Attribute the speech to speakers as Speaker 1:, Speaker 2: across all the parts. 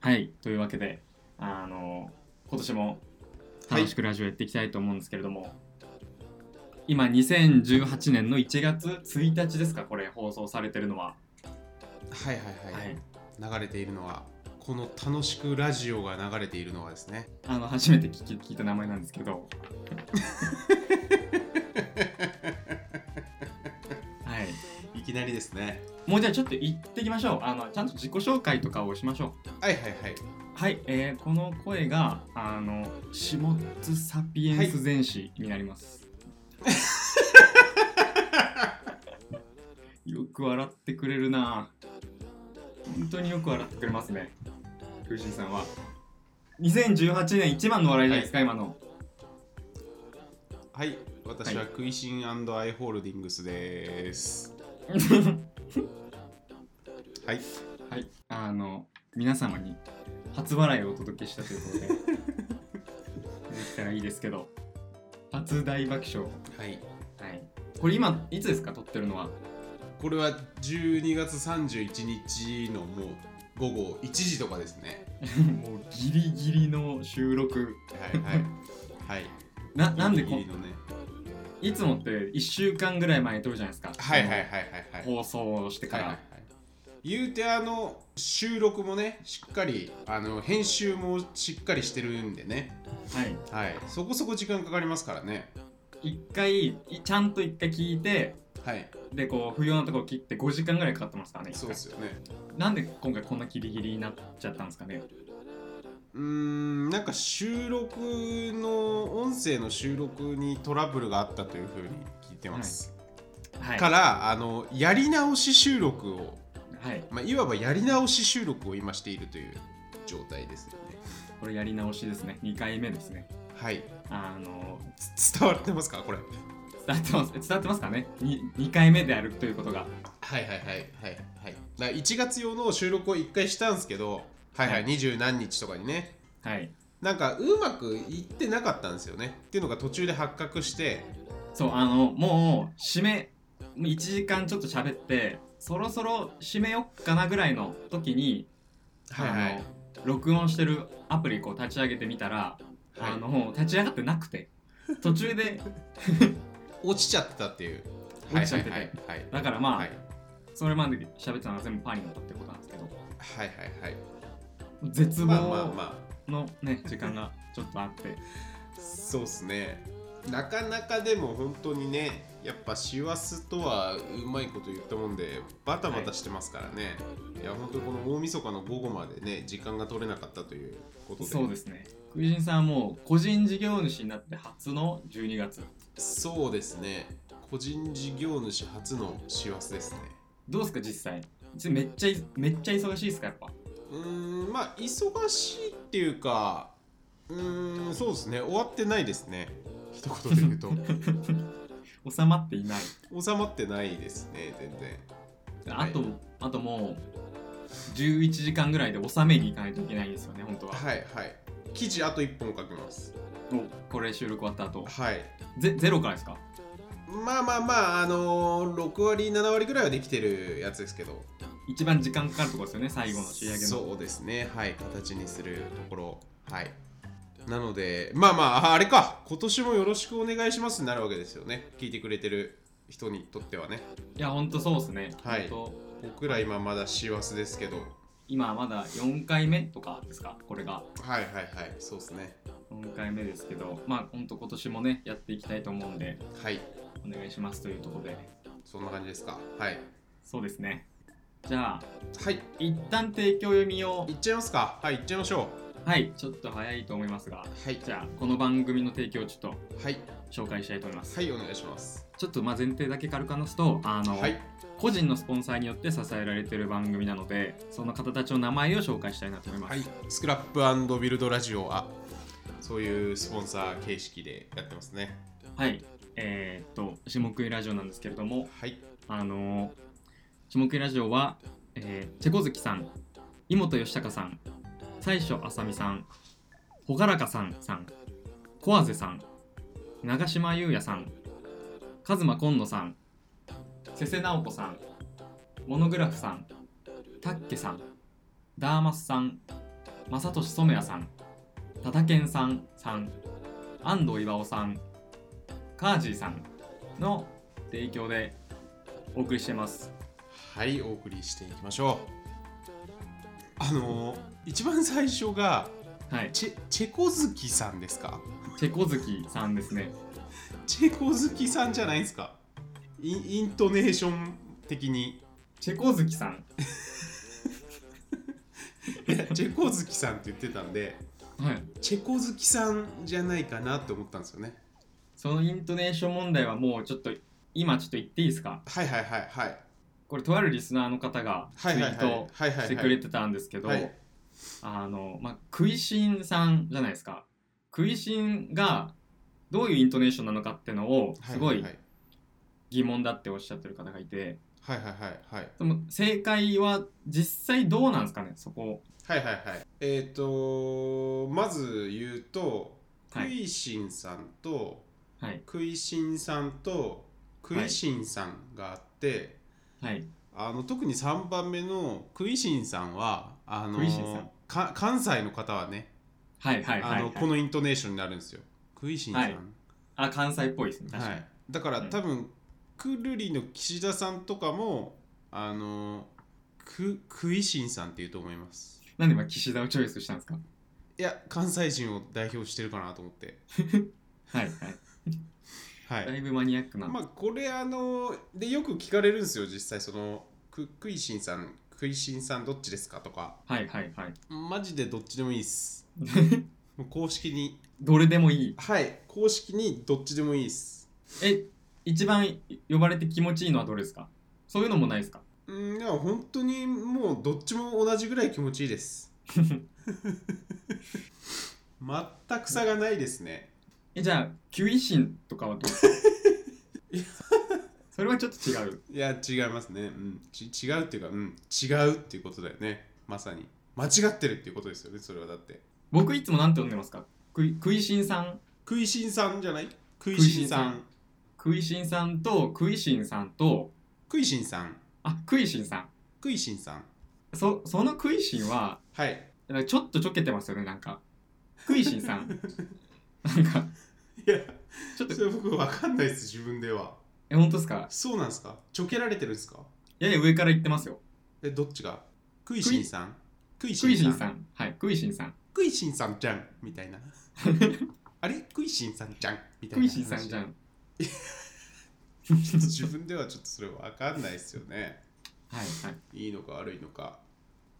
Speaker 1: はい、というわけで、あの、今年も
Speaker 2: はい
Speaker 1: 楽しくラジオやっていきたいと思うんですけれども、今、2018年の1月1日ですか、これ、放送されてるのは。
Speaker 2: はいはいはい、流れているのはこの「楽しくラジオ」が流れているのはですね
Speaker 1: あの、初めて聞き聞いた名前なんですけ ど。はい。
Speaker 2: いきなりですね
Speaker 1: もうじゃあちょっと行ってきましょう。あの、ちゃんと自己紹介とかをしましょう。
Speaker 2: はいはいはい
Speaker 1: はい、えー、この声があの下津サピエンス全史になります、よく笑ってくれるな本当によく笑ってくれますね風神さんは2018年一番の笑いじゃないですか、今の
Speaker 2: はい私は食いしんアイ・ホールディングスですはい
Speaker 1: はい あの皆様に初笑いをお届けしたということでできたらいいですけど初大爆笑
Speaker 2: はい
Speaker 1: はいこれ今いつですか撮ってるのは
Speaker 2: これは12月31日のもう午後1時とかですね
Speaker 1: もうギリギリの収録
Speaker 2: はいはい はい
Speaker 1: ななんでこ
Speaker 2: ギリギリのね
Speaker 1: いつもって1週間ぐらい前に撮るじゃないですか
Speaker 2: はいはいはい
Speaker 1: あ
Speaker 2: はいはい
Speaker 1: の放送をしてか
Speaker 2: はいはいは
Speaker 1: ら
Speaker 2: い言うてあの収録もねしっかりあの編集もしっかりしてるんでね
Speaker 1: はい、
Speaker 2: はいそこそこ時間かかりますからね
Speaker 1: 一回いちゃんと一回聞いて
Speaker 2: はい
Speaker 1: でこう不要なところ切って5時間ぐらいかかってますからね一
Speaker 2: そう
Speaker 1: 回
Speaker 2: ですよね
Speaker 1: なんで今回こんなギリギリになっちゃったんですかね
Speaker 2: うーんなんか収録の音声の収録にトラブルがあったというふうに聞いてます、
Speaker 1: はい
Speaker 2: か
Speaker 1: は
Speaker 2: らあのやり直し収録を、
Speaker 1: い
Speaker 2: まあ、いわばやり直し収録を今しているという状態ですよね
Speaker 1: これやり直しですね2回目ですね
Speaker 2: はい
Speaker 1: あの
Speaker 2: つ伝わってますかこれはい
Speaker 1: 伝わってます伝わってますかね 2, 2回目であるということが
Speaker 2: はいはいはいはいだから1月用の収録を1回したんですけどはいはい二十何日とかにね
Speaker 1: はい
Speaker 2: なんかうまくいってなかったんですよねっていうのが途中で発覚して
Speaker 1: そうあのもう締め1時間ちょっと喋ってそろそろ締めよっかなぐらいの時に、あの録音してるアプリこう立ち上げてみたら、あの立ち上がってなくて途中で
Speaker 2: 落ちちゃってたっていう
Speaker 1: 落ちちゃってて
Speaker 2: はいはいはい
Speaker 1: だからまあ、
Speaker 2: はい
Speaker 1: それまで喋ってたのが全部パーになったってことなんですけど
Speaker 2: はいはいはい
Speaker 1: 絶
Speaker 2: まあまあ
Speaker 1: 望
Speaker 2: ま
Speaker 1: のね時間がちょっとあって
Speaker 2: あそうっすねなかなかでも本当にねやっぱ師走とはうまいこと言ったもんでバタバタしてますからね、い、や本当にこの大晦日の午後までね時間が取れなかったということで
Speaker 1: そうですね福神さんはもう個人事業主になって初の12月
Speaker 2: すそうですね個人事業主初の師走ですね
Speaker 1: どうですか実際めっちゃいめっちゃ忙しいですかやっぱ
Speaker 2: うーんまあ忙しいっていうかうーんそうですね終わってないですね一言で言うと
Speaker 1: 収まっていない
Speaker 2: 収まってないですね全然
Speaker 1: あと、あともう11時間ぐらいで収めに行かないといけないんですよね、本当は。
Speaker 2: はいはい記事あと1本書きます
Speaker 1: おこれ収録終わった後
Speaker 2: はい
Speaker 1: ゼゼロからですか
Speaker 2: まあまあまああのー、6割7割ぐらいはできてるやつですけど
Speaker 1: 一番時間かかるところですよね、最後の仕上げの。
Speaker 2: そうですねはい形にするところはいなのでまあまあああれか今年もよろしくお願いしますになるわけですよね聞いてくれてる人にとってはね
Speaker 1: いや、本当そうですね。
Speaker 2: はい
Speaker 1: ほんと
Speaker 2: 僕ら今まだ師走ですけど
Speaker 1: 今まだ4回目とかですか、これが。
Speaker 2: はいはいはいそうですね
Speaker 1: 4回目ですけど、まあ本当今年もね、やっていきたいと思うんで、
Speaker 2: はい
Speaker 1: お願いしますというところで、
Speaker 2: そんな感じですかはい
Speaker 1: そうですね。じゃあ、
Speaker 2: はい
Speaker 1: 一旦提供読みを
Speaker 2: い、っちゃいますかはいいっちゃいましょ
Speaker 1: はい、ちょっと早いと思いますが、
Speaker 2: うはい
Speaker 1: じゃあ、この番組の提供をちょっと
Speaker 2: はい
Speaker 1: 紹介したいと思います。
Speaker 2: はいお願いします
Speaker 1: ちょっとまあ前提だけ軽く話すとあの、
Speaker 2: はい
Speaker 1: 個人のスポンサーによって支えられている番組なのでその方たちの名前を紹介したいなと思います、
Speaker 2: はい、スクラップビルドラジオはそういうスポンサー形式でやってますね。
Speaker 1: はいえーっと「下食いラジオ」なんですけれども
Speaker 2: はい、
Speaker 1: あの下食いラジオは、えーチェコ月さん井本義孝さん最初あさみさんほがらかさんさん小あぜさん長島優也さん和真今野さん瀬瀬直子さんモノグラフさんタッケさんダーマスさん正俊染谷さん、たたけんさんさん、安藤岩尾さん、カージーさんの提供でお送りしてます。
Speaker 2: はいお送りしていきましょうあのー一番最初が
Speaker 1: はい、
Speaker 2: チェチェコ好きさんですか
Speaker 1: チェコ好きさんですね。
Speaker 2: チェコ好きさんじゃないですかインイントネーション的に
Speaker 1: チェコ好きさん。
Speaker 2: いやチェコ好きさんって言ってたんで
Speaker 1: はい。
Speaker 2: チェコ好きさんじゃないかなって思ったんですよね
Speaker 1: そのイントネーション問題はもうちょっと今ちょっと言っていいですか
Speaker 2: はいはいはいはい
Speaker 1: これとあるリスナーの方がツイ
Speaker 2: はいはいはい
Speaker 1: ート
Speaker 2: はいはいはい
Speaker 1: してくれてたんですけど、
Speaker 2: はい
Speaker 1: あの、まあ、食いしんさんじゃないですか。食いしんがどういうイントネーションなのかっていうのをすごい
Speaker 2: はい
Speaker 1: 疑問だっておっしゃってる方がいて、
Speaker 2: はいはいはいはい
Speaker 1: でも正解は実際どうなんですかね、そこ。
Speaker 2: はいはいはいえっ、とまず言うと
Speaker 1: は
Speaker 2: ク
Speaker 1: い。
Speaker 2: イシンさんと
Speaker 1: はい。
Speaker 2: クイシンさんとクイシンさんがあって、
Speaker 1: はい。
Speaker 2: あの特に3番目のクイシンさんはあの
Speaker 1: クイシンさん
Speaker 2: か関西の方はね、
Speaker 1: はい。はい。はい。
Speaker 2: あ
Speaker 1: は
Speaker 2: の
Speaker 1: い
Speaker 2: このイントネーションになるんですよクイシンさん、
Speaker 1: は
Speaker 2: はいい
Speaker 1: あ、関西っぽいですね。確かに。
Speaker 2: だから、
Speaker 1: うん
Speaker 2: 多分くるりの岸田さんとかもあのくクイシンさんっていうと思います
Speaker 1: なんで今岸田をチョイスしたんですか
Speaker 2: いや関西人を代表してるかなと思って
Speaker 1: はい。はい。
Speaker 2: はい
Speaker 1: だいぶマニアックな。
Speaker 2: まあこれあのでよく聞かれるんですよ実際そのくクイシンさんクイシンさんどっちですかとか
Speaker 1: はいはいはい。
Speaker 2: マジでどっちでもいい っすもう公式に
Speaker 1: どれでもいい。
Speaker 2: はい公式にどっちでもいいっす
Speaker 1: え、一番呼ばれて気持ちいいのはどれですかそういうのもないですか
Speaker 2: うんいや本当にもうどっちも同じぐらい気持ちいいです全く差がないですね
Speaker 1: え、じゃあ、キュイシンとかはどうです かそれはちょっと違う。
Speaker 2: いや違いますねうんち違うっていうかうん違うっていうことだよねまさに間違ってるっていうことですよねそれはだって
Speaker 1: 僕いつもなんて呼んでますかクイクイシンさん、
Speaker 2: 食いしんさんじゃない食
Speaker 1: い
Speaker 2: い
Speaker 1: し
Speaker 2: し
Speaker 1: ん
Speaker 2: ん
Speaker 1: さ
Speaker 2: さ
Speaker 1: ん
Speaker 2: ん
Speaker 1: クイシンさんとクイシンさんと、
Speaker 2: 食いしんさん
Speaker 1: あ、クイシンさん。
Speaker 2: 食いしんさん
Speaker 1: そそのクイシンは、
Speaker 2: はい
Speaker 1: なんかちょっとちょけてますよね、なんか。クイシンさ ん。なんか、
Speaker 2: いや
Speaker 1: ちょっと
Speaker 2: そ、れ僕わかんないです自分では
Speaker 1: え、本当ですか
Speaker 2: そうなんですかちょけられてるんですか
Speaker 1: やや上から言ってますよ。
Speaker 2: えどっちが食いしんさん食
Speaker 1: ク
Speaker 2: い
Speaker 1: イシ
Speaker 2: し
Speaker 1: ン
Speaker 2: ん
Speaker 1: さ
Speaker 2: さん
Speaker 1: ん。はい、クイシンさん。
Speaker 2: 食いしんさんじゃんみ たいなあれ食いしんさんじゃんみたい
Speaker 1: ク
Speaker 2: な
Speaker 1: イ
Speaker 2: 話
Speaker 1: シンさんじゃん。
Speaker 2: ちょっと自分ではちょっとそれわかんないですよ ね
Speaker 1: はいはい。
Speaker 2: いいのか悪いのか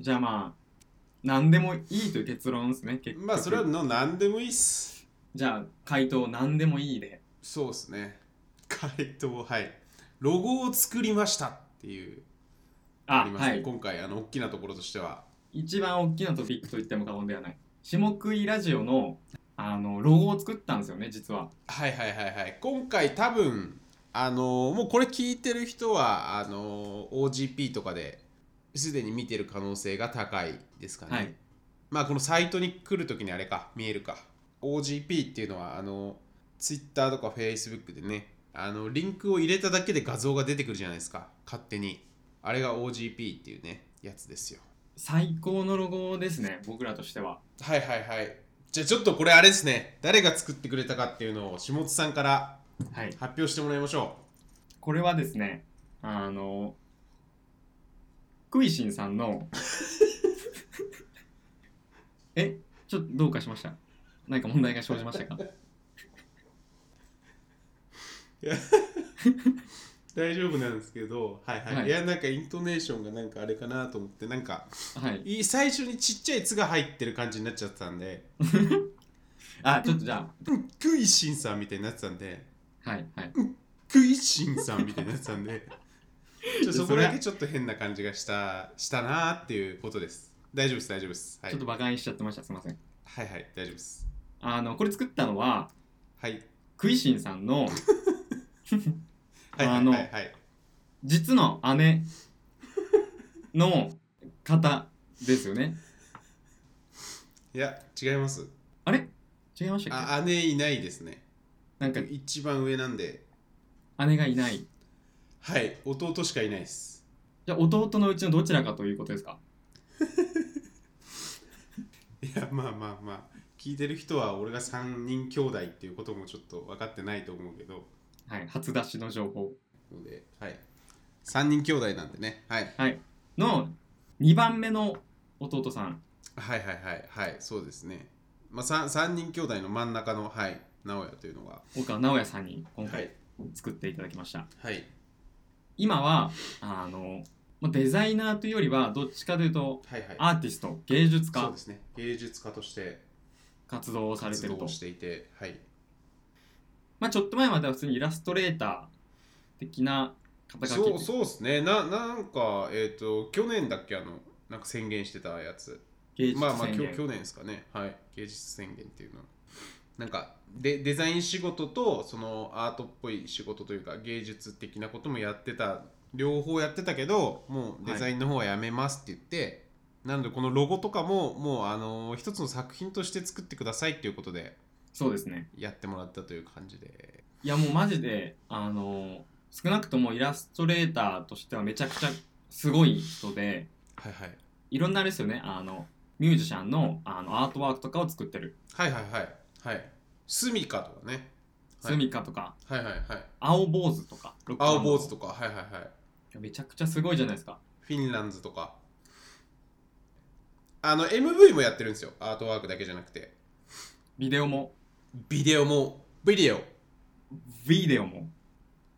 Speaker 1: じゃあまあ、何でもいいという結論ですね、結局。
Speaker 2: まあそれはの何でもいいっす
Speaker 1: じゃあ、回答何でもいいで。
Speaker 2: そうですね回答はいロゴを作りましたっていうあ
Speaker 1: あ、
Speaker 2: りますね、
Speaker 1: はい。
Speaker 2: 今回あの大きなところとしては
Speaker 1: 一番大きなトピックと言っても過言ではない。下食いラジオの、あの、ロゴを作ったんですよね、実は。
Speaker 2: はいはいはいはい今回多分あのーもうこれ聞いてる人はあのー OGP とかですでに見てる可能性が高いですかね、
Speaker 1: はい。
Speaker 2: まあこのサイトに来るときにあれか見えるか OGP っていうのはあの Twitter とか Facebook でねあのリンクを入れただけで画像が出てくるじゃないですか勝手にあれが OGP っていうねやつですよ
Speaker 1: 最高のロゴですね、僕らとしては。
Speaker 2: はいはいはいじゃあちょっとこれあれですね誰が作ってくれたかっていうのを下津さんから
Speaker 1: はい。
Speaker 2: 発表してもらいましょ
Speaker 1: これはですね、あの、クイシンさん の、え、ちょっとどうかしました何か問題が生じましたか
Speaker 2: う大丈夫なんですけどはいはい、
Speaker 1: はい
Speaker 2: い、やなんかイントネーションがなんかあれかなと思ってなんか
Speaker 1: はい。
Speaker 2: い最初にちっちゃい「つ」が入ってる感じになっちゃったんで
Speaker 1: あ、ちょっとじゃ
Speaker 2: 「クイシンさん」みたいになってたんで
Speaker 1: あ、はい、はい。
Speaker 2: 「クイシンさん」みたいになってた んでちょっとそこ
Speaker 1: それ
Speaker 2: だけちょっと変な感じがしたしたなーっていうことです大丈夫です大丈夫です、はい、
Speaker 1: ちょっとバカにしちゃってました、すいません。
Speaker 2: はいはい大丈夫です
Speaker 1: あの、これ作ったのは、
Speaker 2: はい
Speaker 1: クイシンさんの
Speaker 2: はいは
Speaker 1: あ
Speaker 2: い
Speaker 1: の
Speaker 2: はいはい
Speaker 1: 実の姉の方ですよね。
Speaker 2: いや違います
Speaker 1: あれ違いましたっ
Speaker 2: あ姉いないですね
Speaker 1: けなん
Speaker 2: 一番上なんで
Speaker 1: か姉がいない。
Speaker 2: はい弟しかいないです
Speaker 1: じゃあ弟のうちのどちらかということですか
Speaker 2: やまあまあまあ聞いてる人は俺が3人兄弟っていうこともちょっと分かってないと思うけど
Speaker 1: はい、初出しの情報
Speaker 2: ので、はい、3人兄弟なんでね、はい、
Speaker 1: の2番目の弟さん
Speaker 2: はいはいはいはいそうですね、まあ、3, 人兄弟の真ん中の、はい、直哉というのが
Speaker 1: 岡直也さんに今
Speaker 2: は
Speaker 1: 回
Speaker 2: い
Speaker 1: 作っていただきました、
Speaker 2: はい
Speaker 1: 今はあのまあデザイナーというよりはどっちかというと
Speaker 2: はいはい
Speaker 1: アーティスト芸術
Speaker 2: そう
Speaker 1: 家
Speaker 2: ですね芸術家として
Speaker 1: 活動をされて
Speaker 2: 活
Speaker 1: る
Speaker 2: 動
Speaker 1: と
Speaker 2: をしていてはい
Speaker 1: まあ、ちょっと前までは普通にイラストレーター的な肩書き
Speaker 2: そうそうですねななんかえっ、と去年だっけあのなんか宣言してたやつ
Speaker 1: 芸術
Speaker 2: まあまあ
Speaker 1: 宣
Speaker 2: きょ
Speaker 1: 言
Speaker 2: 去年ですかねはい芸術宣言っていうのはなんかでデザイン仕事とそのアートっぽい仕事というか芸術的なこともやってた両方やってたけどもうデザインの方はやめますって言って、なのでこのロゴとかももうあの一つの作品として作ってくださいっていうことで
Speaker 1: そうですね
Speaker 2: やってもらったという感じで
Speaker 1: いやもうマジであの少なくともイラストレーターとしてはめちゃくちゃすごい人で
Speaker 2: はいはい
Speaker 1: いろんなあれですよねあのミュージシャンのあのアートワークとかを作ってる
Speaker 2: はいはいはいはいスミカとかねはい
Speaker 1: スミカとか
Speaker 2: はいはいはい
Speaker 1: 青坊主とかロックバン
Speaker 2: 青
Speaker 1: ド
Speaker 2: 坊主とかはいはいはい
Speaker 1: いやめちゃくちゃすごいじゃないですか
Speaker 2: フィンランズとかあの MV もやってるんですよアートワークだけじゃなくて
Speaker 1: ビデオも
Speaker 2: ビデオもビデオ
Speaker 1: ビデオも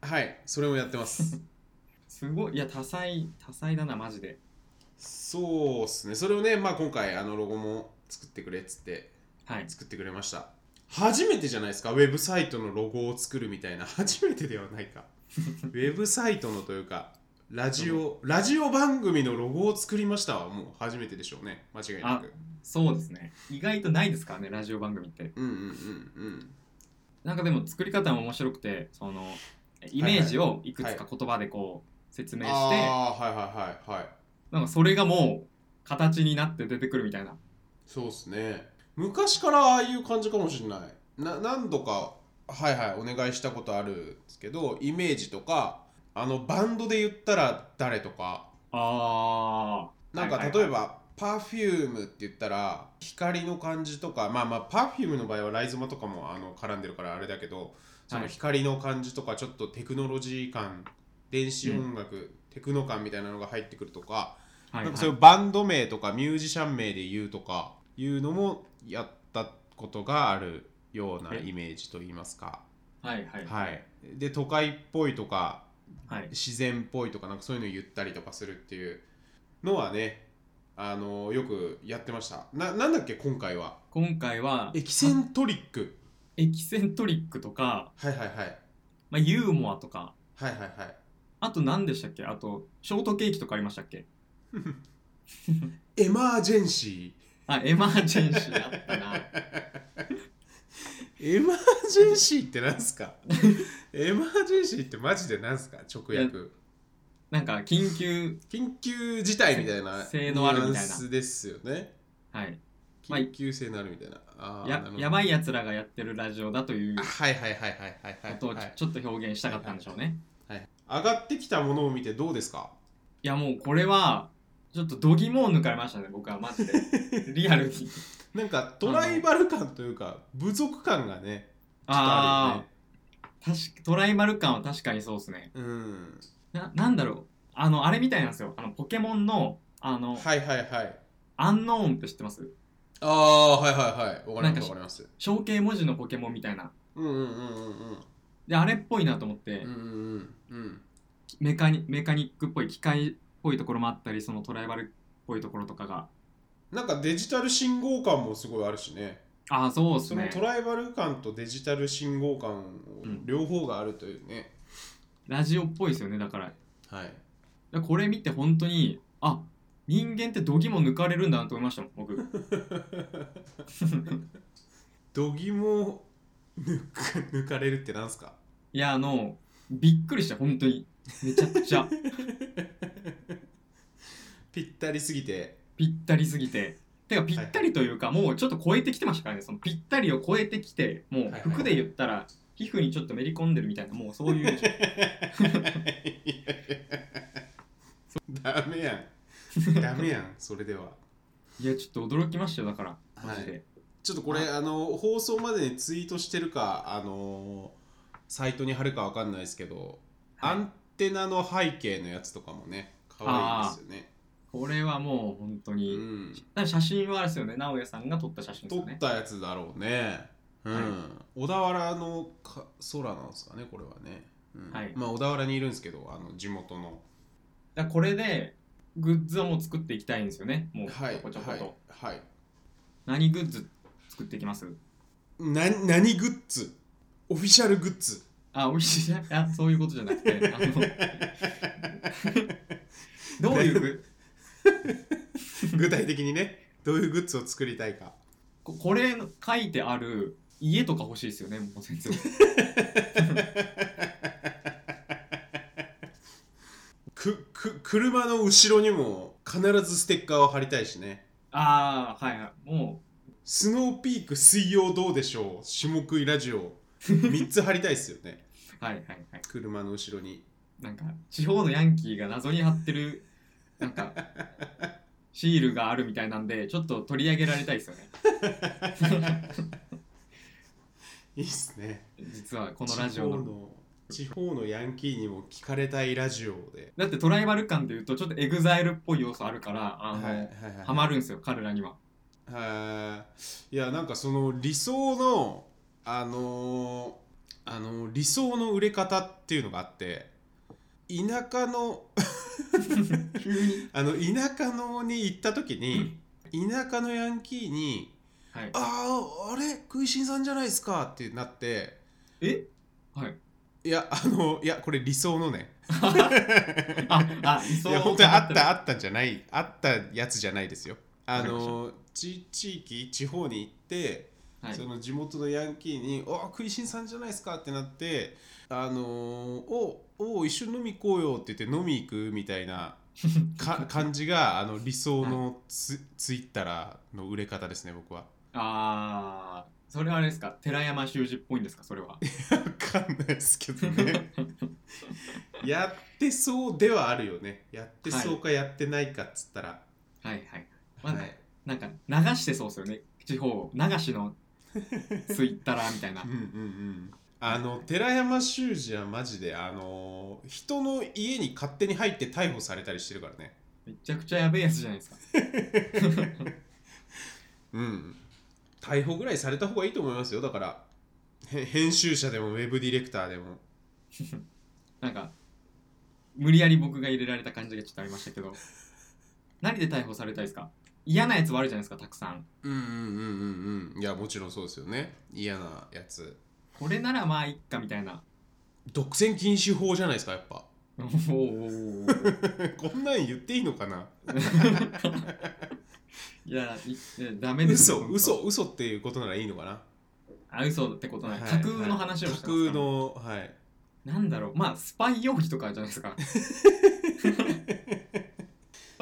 Speaker 2: はいそれもやってます
Speaker 1: すごいいや多彩多彩だなマジで
Speaker 2: そうっすねそれをねまあ今回あのロゴも作ってくれっつって
Speaker 1: はい
Speaker 2: 作ってくれました初めてじゃないですかウェブサイトのロゴを作るみたいな初めてではないかウェブサイトのというかラジオラジオ番組のロゴを作りましたはもう初めてでしょうね間違いなく
Speaker 1: そうですね意外とないですからねラジオ番組って
Speaker 2: うんうんうんうん
Speaker 1: なんかでも作り方も面白くてそのイメージをいくつか言葉でこう説明して、
Speaker 2: ああはいはいはいはい
Speaker 1: なんかそれがもう形になって出てくるみたいな
Speaker 2: そうですね昔からああいう感じかもしれないな何度かはいはいお願いしたことあるんですけどイメージとかあのバンドで言ったら誰とか
Speaker 1: あ
Speaker 2: なんか
Speaker 1: はいはいはい
Speaker 2: 例えば Perfume って言ったら光の感じとかまあまあ Perfume の場合はライズマとかもあの絡んでるからあれだけどその
Speaker 1: はい
Speaker 2: 光の感じとかちょっとテクノロジー感電子音楽、テクノ感みたいなのが入ってくるとか
Speaker 1: あはい
Speaker 2: なん
Speaker 1: は
Speaker 2: かそうい
Speaker 1: いう
Speaker 2: バンド名とかミュージシャン名で言うとかいうのもやったことがあるようなイメージといいますか、
Speaker 1: はいはい
Speaker 2: はい、で都会っぽいとか
Speaker 1: はい
Speaker 2: 自然っぽいとかなんかそういうの言ったりとかするっていうのはねあのよくやってましたななんだっけ今回は
Speaker 1: 今回は
Speaker 2: エキセントリック
Speaker 1: エキセントリックとか、
Speaker 2: はいはいはい
Speaker 1: まあ、ユーモアとか
Speaker 2: はいはいはい
Speaker 1: あと何でしたっけあとショートケーキとかありましたっけ
Speaker 2: エマージェンシ
Speaker 1: あエマージェンシーあった な
Speaker 2: ーエマージェンシーってなんすか エマージェンシーってマジでなんすか直訳
Speaker 1: なんか緊急
Speaker 2: 緊急事態みたいな
Speaker 1: 性能あるみたいな
Speaker 2: ニュアンスですよね
Speaker 1: はいまあ
Speaker 2: 緊急性のあるみたいな、あーな
Speaker 1: や
Speaker 2: るほど
Speaker 1: やばいやつらがやってるラジオだという
Speaker 2: あ
Speaker 1: こ
Speaker 2: はいはいはいはいはいはい
Speaker 1: とを
Speaker 2: はい
Speaker 1: ちょっと表現したかったんでしょうね、
Speaker 2: はい上がってきたものを見てどうですか
Speaker 1: いやもうこれはちょっと度肝を抜かれましたね僕はマ ジでリアルに
Speaker 2: なんかトライバル感というか部族感がねちょっとあ
Speaker 1: ああ確かトライバル感は確かにそうですね
Speaker 2: るよねうん
Speaker 1: ななんだろうあのあれみたいなんですよあのポケモンのあの、
Speaker 2: はいはいはい
Speaker 1: アンノーンって知ってます
Speaker 2: ああはいはいはいわか
Speaker 1: なん
Speaker 2: りま
Speaker 1: か
Speaker 2: すわかります
Speaker 1: 象形文字のポケモンみたいな
Speaker 2: うんうんうんうん
Speaker 1: であれっぽいなと思って、
Speaker 2: うんうんうんうん
Speaker 1: メカニメカニックっぽい機械っぽいところもあったりそのトライバルっぽいところとかが
Speaker 2: なんかデジタル信号感もすごいあるしね
Speaker 1: ああそうです
Speaker 2: その
Speaker 1: ね
Speaker 2: トライバル感とデジタル信号感を両方があるというね、
Speaker 1: ラジオっぽいですよねだから
Speaker 2: はい
Speaker 1: だからこれ見て本当にあ人間って度肝抜かれるんだなと思いましたもん僕
Speaker 2: 度肝を抜か抜かれるってなんすか
Speaker 1: いやあのびっくりした本当にめちゃく ちゃ
Speaker 2: ぴったりすぎて
Speaker 1: ぴったりすぎててかぴったりというか、もうちょっと超えてきてましたからねそのぴったりを超えてきても
Speaker 2: は
Speaker 1: う
Speaker 2: いはい
Speaker 1: 服で言ったら皮膚にちょっとめり込んでるみたいなもうそういう
Speaker 2: ダメやんダメやんそれでは
Speaker 1: いやちょっと驚きましたよだから
Speaker 2: は
Speaker 1: マジで、
Speaker 2: ちょっとこれあの放送までにツイートしてるかあのサイトに貼るかわかんないですけど、
Speaker 1: はい
Speaker 2: アンテナの背景のやつとかもね可愛いですよね。
Speaker 1: これはもう本当
Speaker 2: う
Speaker 1: に、
Speaker 2: ん、
Speaker 1: だから写真はあれですよね直哉さんが撮った写真です
Speaker 2: 撮
Speaker 1: よね
Speaker 2: ったやつだろうね。うん
Speaker 1: はい
Speaker 2: 小田原のか空なんですかねこれはね。うん
Speaker 1: はい
Speaker 2: まあ小田原にいるんですけどあの地元の。
Speaker 1: だからこれでグッズをもう作っていきたいんですよねもうちょ
Speaker 2: はい
Speaker 1: こちょこ
Speaker 2: は
Speaker 1: と、
Speaker 2: いはい。
Speaker 1: 何グッズ作っていきます
Speaker 2: な何グッズオフィシャルグッズ。
Speaker 1: あ美味しいあそういうことじゃなくてあのどういうグ
Speaker 2: 具体的にねどういうグッズを作りたいか。
Speaker 1: ここれ書いてある家とか欲しいですよねもう全然
Speaker 2: くく車の後ろにも必ずステッカーを貼りたいしね
Speaker 1: ああはいはいも
Speaker 2: 「スノーピーク水曜どうでしょう」「下食いラジオ」3つ貼りたいですよね
Speaker 1: うはいはいはい
Speaker 2: 車の後ろに
Speaker 1: なんか地方のヤンキーが謎に貼ってるなんかシールがあるみたいなんでちょっと取り上げられたいですよね
Speaker 2: いいっすね
Speaker 1: 実はこのラジオ
Speaker 2: 地方
Speaker 1: の
Speaker 2: の地方のヤンキーにも聞かれたいラジオで
Speaker 1: だってトライバル感でいうとちょっとエグザイルっぽい要素あるからあの、
Speaker 2: はい
Speaker 1: ハマるんですよ彼らには
Speaker 2: はいいやなんかその理想のあのーあのー理想の売れ方っていうのがあって田舎の あの田舎のに行った時に田舎のヤンキーに
Speaker 1: はい
Speaker 2: 「あああれ食いしんさんじゃないですか」ってなって
Speaker 1: え はい
Speaker 2: いやあのいやこれ理想のね
Speaker 1: ああ理
Speaker 2: い
Speaker 1: 想
Speaker 2: や本当にあったあったんじゃないあったやつじゃないですよあのち地域地方に行って
Speaker 1: はい
Speaker 2: その地元のヤンキーに「お食いしんさんじゃないですか」ってなって「あのーおお一緒に飲み行こうよ」って言って飲み行くみた いなか感じがあの理想のツ,、ツイッターの売れ方ですね僕は。
Speaker 1: あーそれはあれですか寺山修司っぽいんですかそれ は
Speaker 2: わかんないですけど ねやってそうではあるよねやってそうかやってないかっつったら、
Speaker 1: はいはいまあ
Speaker 2: はい
Speaker 1: なんか流してそうですよね地方流しのツイッターみたいな
Speaker 2: うんうんうんあの寺山修司はマジであのー人の家に勝手に入って逮捕されたりしてるからね
Speaker 1: めちゃくちゃやべえやつじゃないですか
Speaker 2: うん逮捕ぐらいされた方がいいと思いますよだからへ編集者でもウェブディレクターでも
Speaker 1: なんか無理やり僕が入れられた感じがちょっとありましたけど何で逮捕されたいですか嫌なやつはあるじゃないですかたくさん
Speaker 2: うんうんうんうんうんいやもちろんそうですよね嫌なやつ
Speaker 1: これならまあいっかみたいな
Speaker 2: 独占禁止法じゃないですかやっぱ
Speaker 1: おーおーおー
Speaker 2: こんなん言っていいのかない
Speaker 1: やいいやダメですよ
Speaker 2: 嘘
Speaker 1: 本当
Speaker 2: 嘘嘘っていうことならいいのかな
Speaker 1: あ嘘ってことない、
Speaker 2: はい
Speaker 1: 架空の話をしてますか
Speaker 2: 架
Speaker 1: ら
Speaker 2: 空のはい
Speaker 1: なんだろうまあスパイ容疑とかじゃないです か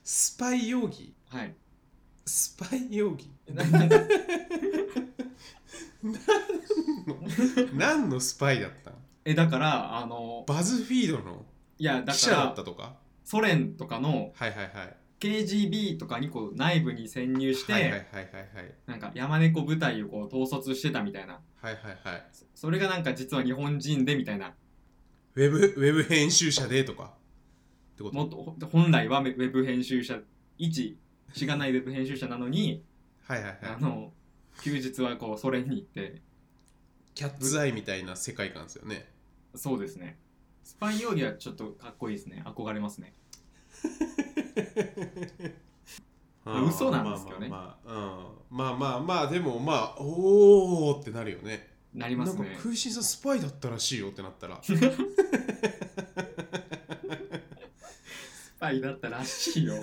Speaker 2: スパイ容疑
Speaker 1: はい
Speaker 2: スパイ容疑
Speaker 1: ななんか
Speaker 2: 何のスパイだったの
Speaker 1: えだからあの
Speaker 2: バズフィードの
Speaker 1: いやだ
Speaker 2: 記
Speaker 1: か
Speaker 2: 者だっ
Speaker 1: ら
Speaker 2: たとか
Speaker 1: ソ連とかの
Speaker 2: はいはいはい
Speaker 1: KGB とかにこう内部に潜入して、
Speaker 2: はいはいはいはいはい
Speaker 1: なんか山猫部隊をこう統率してたみたいな
Speaker 2: はいはいはい
Speaker 1: そそれがなんか実は日本人でみたいな
Speaker 2: ウェブウェブ編集者でとかってこと
Speaker 1: もっとほ本来はウェウェブ編集者一しがないウェブ編集者なのに
Speaker 2: はいはい
Speaker 1: あ
Speaker 2: はい
Speaker 1: の休日はこうソ連に行って
Speaker 2: キャッツアイみたいな世界観ですよね
Speaker 1: そうですねスパイ容疑はちょっとかっこいいですね憧れますね
Speaker 2: あ ー
Speaker 1: 嘘なんですけどね
Speaker 2: まあまあまあ、うん、まあまあまあでもまあおおってなるよね
Speaker 1: なります
Speaker 2: なん
Speaker 1: ね
Speaker 2: か空心さんスパイだったらしいよってなっ たら
Speaker 1: スパイだったらし いよ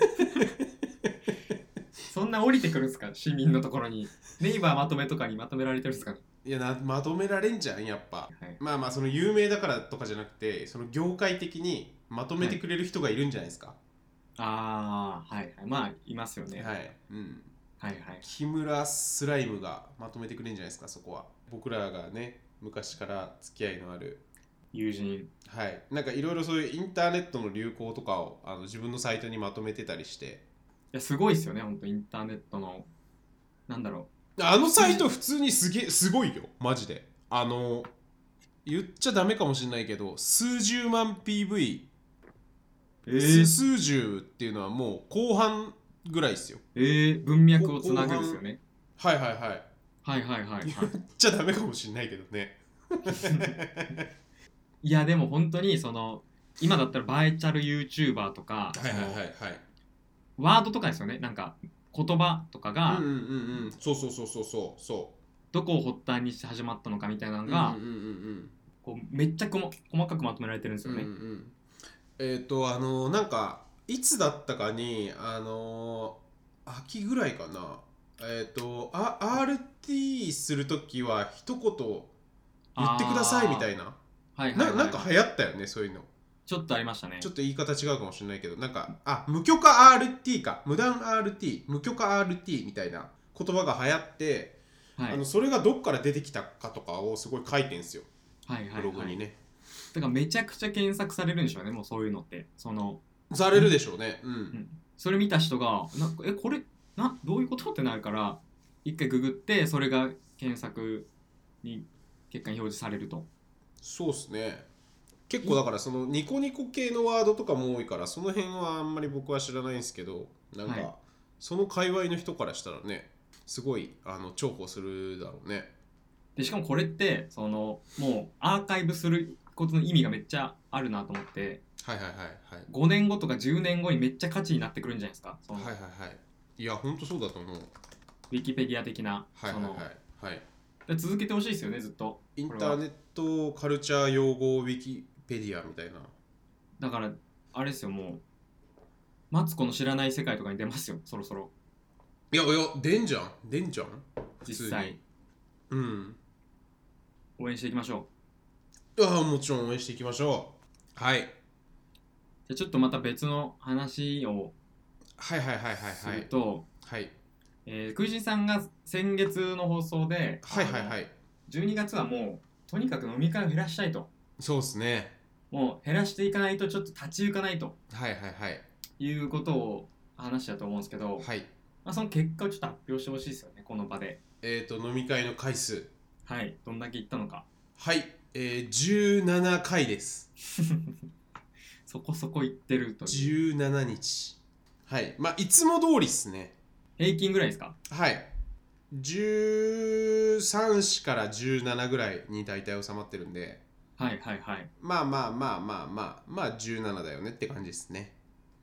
Speaker 1: そんな降りてくるんですか市民のところにネイバーまとめとかにまとめられてるんですかね、
Speaker 2: いやなまとめられんじゃんやっぱ
Speaker 1: はい、
Speaker 2: まあまあその有名だからとかじゃなくてその業界的にまとめてくれる人がいるんじゃないですか
Speaker 1: ああはいはいまあいますよ
Speaker 2: は
Speaker 1: ね、
Speaker 2: い、
Speaker 1: はい、
Speaker 2: うん
Speaker 1: はい
Speaker 2: 木村スライムがまとめてくれるんじゃないですかそこは僕らがね昔から付き合いのある
Speaker 1: 友人
Speaker 2: はいなんかいろいろそういうインターネットの流行とかをあの自分のサイトにまとめてたりして
Speaker 1: いやすごいですよね、本当インターネットの、なんだろう、
Speaker 2: あのサイト普通にすげえすごいよマジであの言っちゃダメかもしれないけど数十万 PV、
Speaker 1: え
Speaker 2: 数数十っていうのはもう後半ぐらいですよ
Speaker 1: えー、文脈をつなぐですよね
Speaker 2: はいはいはい
Speaker 1: はいはいはい、はい、
Speaker 2: 言っちゃダメかもしれないけどね
Speaker 1: いやでも本当にその今だったらバイチャル YouTuber とか、
Speaker 2: い
Speaker 1: そのワードとかですよねなんか言葉とかが
Speaker 2: うんうんうんうんそうそうそうそうそうそ
Speaker 1: どこを発端にして始まったのかみたいなの
Speaker 2: う
Speaker 1: が、
Speaker 2: うんうんうん
Speaker 1: こうめっちゃこま細かくまとめられてるんです
Speaker 2: うん
Speaker 1: よ
Speaker 2: うんう
Speaker 1: ね、
Speaker 2: んえっ、とあのなんかいつだったかにあの秋ぐらいかなえっ、とあ RT する時は一言言ってくださいみた
Speaker 1: ない
Speaker 2: な
Speaker 1: はいはい、は、
Speaker 2: ないなんか流行ったよねそういうの
Speaker 1: ちょっとありましたね
Speaker 2: ちょっと言い方違うかもしれないけどなんかあ無許可 RT か無断 RT 無許可 RT みたいな言葉が流行って、
Speaker 1: はい
Speaker 2: あのそれがどっから出てきたかとかをすごい書いてんすよ
Speaker 1: はいは
Speaker 2: ブ
Speaker 1: い
Speaker 2: ログ
Speaker 1: は
Speaker 2: に
Speaker 1: い
Speaker 2: ね、
Speaker 1: だからめちゃくちゃ検索されるんでしょうねもうそういうのってその
Speaker 2: されるでしょうねうん、
Speaker 1: んそれ見た人がなんかえこれなどういうことってなるから一回ググってそれが検索に結果に表示されると
Speaker 2: そうっすね結構だからそのニコニコ系のワードとかも多いからその辺はあんまり僕は知らないんですけどなんか、
Speaker 1: はい
Speaker 2: その界隈の人からしたらねすごいあの重宝するだろうね
Speaker 1: でしかもこれってそのもうアーカイブすることの意味がめっちゃあるなと思って
Speaker 2: はいはいはいはい
Speaker 1: 5年後とか10年後にめっちゃ価値になってくるんじゃないですかその、
Speaker 2: はいはいはいいやほんとそうだと思う
Speaker 1: ウィキペディア的な、
Speaker 2: はいはい
Speaker 1: その
Speaker 2: はいはい
Speaker 1: で続けてほしいですよねずっと
Speaker 2: インターネットカルチャー用語ウィキペディアみたいな
Speaker 1: だからあれですよもうマツコの知らない世界とかに出ますよそろそろ
Speaker 2: いやいや出んじゃん出んじゃん普通
Speaker 1: 実
Speaker 2: に
Speaker 1: 際
Speaker 2: うん
Speaker 1: 応援していきましょ
Speaker 2: ああもちろん応援していきましょうは
Speaker 1: う
Speaker 2: い、
Speaker 1: じゃあちょっとまた別の話を
Speaker 2: はいはいはいはい
Speaker 1: す
Speaker 2: は
Speaker 1: る
Speaker 2: い
Speaker 1: と、
Speaker 2: はい
Speaker 1: えー、クイジンさんが先月の放送で、
Speaker 2: はいはいは
Speaker 1: あの
Speaker 2: い
Speaker 1: 12月はもうとにかく飲み会を減らしたいと
Speaker 2: そうですね
Speaker 1: もう減らしていかないとちょっと立ち行かないと
Speaker 2: はいはいはい
Speaker 1: いうことを話したと思うんですけど、
Speaker 2: はい
Speaker 1: まあ、その結果をちょっと発表してほしいですよねこの場で
Speaker 2: えっ、と飲み会の回数
Speaker 1: はいどんだけ行ったのか
Speaker 2: はいえー、17回です
Speaker 1: そこそこ行ってるという
Speaker 2: 17日はいまあいつも通りっすね
Speaker 1: 平均ぐらいですか
Speaker 2: はい13市から17ぐらいに大体収まってるんで
Speaker 1: はいはいはい
Speaker 2: まあまあまあまあまあまあ17だよねって感じですね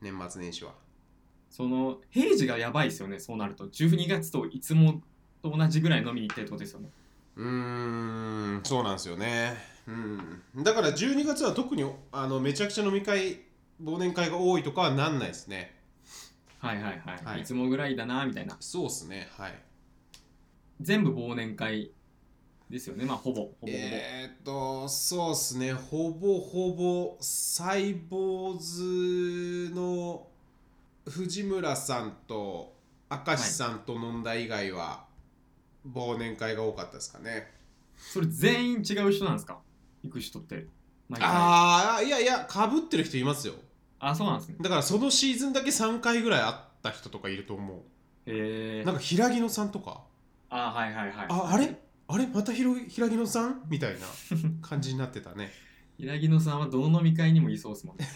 Speaker 2: 年末年始は
Speaker 1: その平時がやばいですよねそうなると12月といつもと同じぐらい飲みに行ってるってことですよね
Speaker 2: うーんそうなんですよねうんだから12月は特にあのめちゃくちゃ飲み会忘年会が多いとかはなんないですね
Speaker 1: はいはいはい、
Speaker 2: はい
Speaker 1: い、つもぐらいだなみたいな
Speaker 2: そうっすねはい
Speaker 1: 全部忘年会ですよねまあほぼほぼほぼ、
Speaker 2: えー、っとそうっすねほぼほぼサイボーズの藤村さんと明石さんと飲んだ以外は忘年会が多かったですかね、
Speaker 1: それ全員違う人なんですか行く人って毎回あ
Speaker 2: ああいやいやかぶってる人いますよ
Speaker 1: あそうなんですね
Speaker 2: だからそのシーズンだけ3回ぐらいあった人とかいると思
Speaker 1: へえ
Speaker 2: うなんか平木野さんとか
Speaker 1: あはいはいはい
Speaker 2: ああれあれまたひろ平木野さんみたいな感じになってたね
Speaker 1: 平木野さんはどの飲み会にもいそうですもんね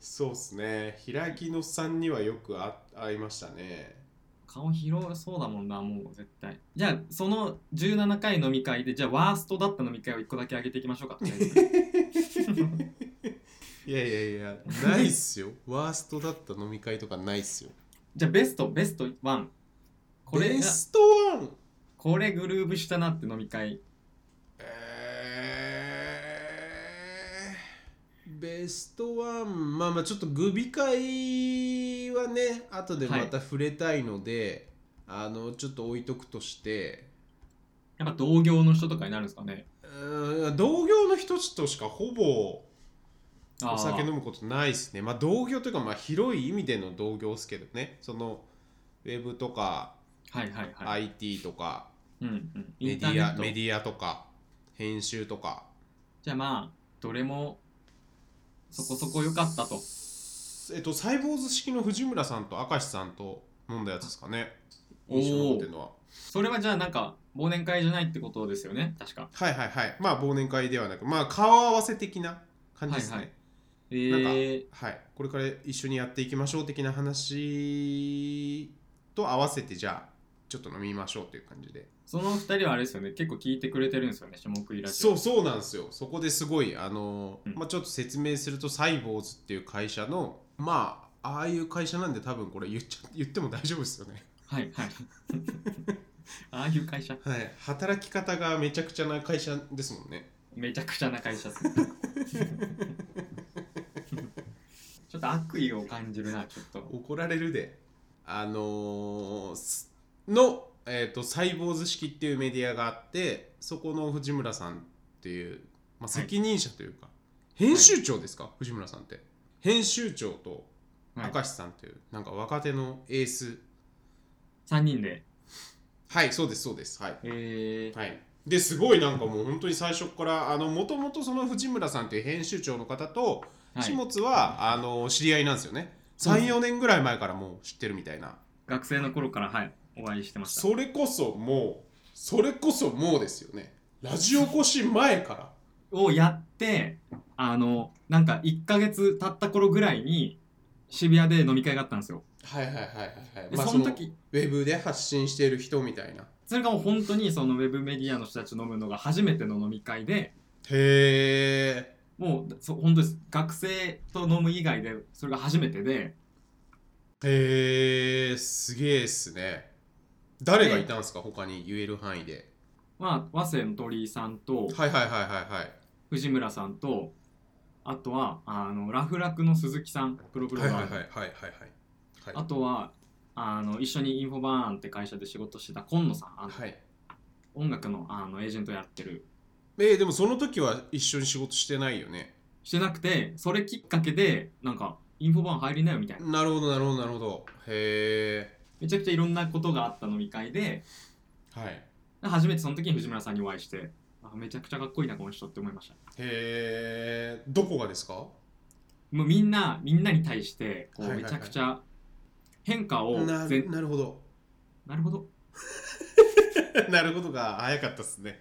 Speaker 2: そうっすね平木野さんにはよくあ会いましたね
Speaker 1: 顔広そうだもんなもう絶対じゃあその17回飲み会でじゃあワーストだった飲み会を1個だけ上げていきましょ うかとりあえず
Speaker 2: いやいやいやないっすよワーストだった飲み会とかないっすよ
Speaker 1: じゃあベストベスト1これ
Speaker 2: ベ
Speaker 1: が
Speaker 2: ストワン
Speaker 1: これグルーブしたなって飲み会
Speaker 2: えーベストワンまあまあちょっとグビ会はね後でまた触れたいので、あのちょっと置いとくとして
Speaker 1: やっぱ同業の人とかになるんですかね
Speaker 2: うーん同業の人としかほぼ
Speaker 1: あー
Speaker 2: お酒飲むことないですねまあ同業というかまあ広い意味での同業ですけどねそのウェブとか
Speaker 1: はいはいはい、
Speaker 2: IT とか、
Speaker 1: うんうん、イ
Speaker 2: メ
Speaker 1: ン
Speaker 2: デ
Speaker 1: ターネ
Speaker 2: ィ
Speaker 1: ッ
Speaker 2: ア
Speaker 1: ト
Speaker 2: メディアとか編集とか
Speaker 1: じゃあまあどれもそこそこ良かったと
Speaker 2: えっと、サイボーズ式の藤村さんと明石さんと飲んだやつですかね
Speaker 1: お
Speaker 2: 印象に残って
Speaker 1: お
Speaker 2: るのは
Speaker 1: それはじゃあなんか忘年会じゃないってことですよね確か
Speaker 2: はいはいはいまあ忘年会ではなくまあ顔合わせ的な感じですね
Speaker 1: は
Speaker 2: はいい
Speaker 1: は、えー、
Speaker 2: これから一緒にやっていきましょう的な話と合わせてじゃあちょっと飲みましょうという感じで
Speaker 1: その二人はあれですよね結構聞いてくれてるんですよね下食いラジオ
Speaker 2: そうそうなんですよそこですごいあの、
Speaker 1: うん
Speaker 2: まあ、ちょっと説明するとサイボーズっていう会社のまあああいう会社なんで多分これ言っちゃ言っても大丈夫ですよね
Speaker 1: はいはい ああいう会社
Speaker 2: はい働き方がめちゃくちゃな会社ですもんね
Speaker 1: めちゃくちゃな会社っすね ちょっと悪意を感じるなちょっと
Speaker 2: 怒られるであのーすの、えー、とサイボーズ式っていうメディアがあってそこの藤村さんっていう、まあ、
Speaker 1: はい
Speaker 2: 責任者というか、編集長ですか、藤村さんって編集長と
Speaker 1: はい
Speaker 2: 明石さんという、なんか若手のエース
Speaker 1: 3人で
Speaker 2: はいそうですそうですはい、
Speaker 1: えー、
Speaker 2: はい、ですごいなんかもう本当に最初からもともとその藤村さんっていう編集長の方と
Speaker 1: はい
Speaker 2: 下津は、あの知り合いなんですよね34年ぐらい前からもう知ってるみたいな
Speaker 1: 学生の頃からはいお会いしてました
Speaker 2: それこそもうそれこそもうですよねラジオ越し前から
Speaker 1: をやってあのなんか1ヶ月経った頃ぐらいに渋谷で飲み会があったんですよ
Speaker 2: はいはいはいはいは
Speaker 1: で
Speaker 2: まあ
Speaker 1: その時
Speaker 2: ウェブで発信してる人みたいな
Speaker 1: それがもう本当にそのウェブメディアの人たちと飲むのが初めての飲み会で
Speaker 2: へえ
Speaker 1: もうそう本当です学生と飲む以外でそれが初めてで
Speaker 2: へえすげえっすね誰がいたんですか他に言える範囲で
Speaker 1: まあ早稲の鳥居さんと
Speaker 2: はいはいはいはいはい
Speaker 1: 藤村さんとあとはあのラフラクの鈴木さんプロブロガーの、
Speaker 2: はいはいはいはい
Speaker 1: あとはあの一緒にインフォバーンって会社で仕事してた今野さんあの
Speaker 2: はい
Speaker 1: 音楽のあのエージェントやってる
Speaker 2: えーでもその時は一緒に仕事してないよね
Speaker 1: してなくてそれきっかけでなんかインフォバーン入りなよみたいな
Speaker 2: なるほどなるほどなるほどへえ
Speaker 1: めちゃくちゃいろんなことがあった飲み会で
Speaker 2: はいへ
Speaker 1: 初めてその時に藤村さんにお会いしてあめちゃくちゃかっこいいなこの人って思いました
Speaker 2: えどこがですか
Speaker 1: もうみんなみんなに対してこう
Speaker 2: はいは
Speaker 1: め
Speaker 2: いは
Speaker 1: ち
Speaker 2: い
Speaker 1: ゃくちゃ変化を
Speaker 2: な
Speaker 1: 全
Speaker 2: なるほど
Speaker 1: なるほど
Speaker 2: なるほどが早かったっすね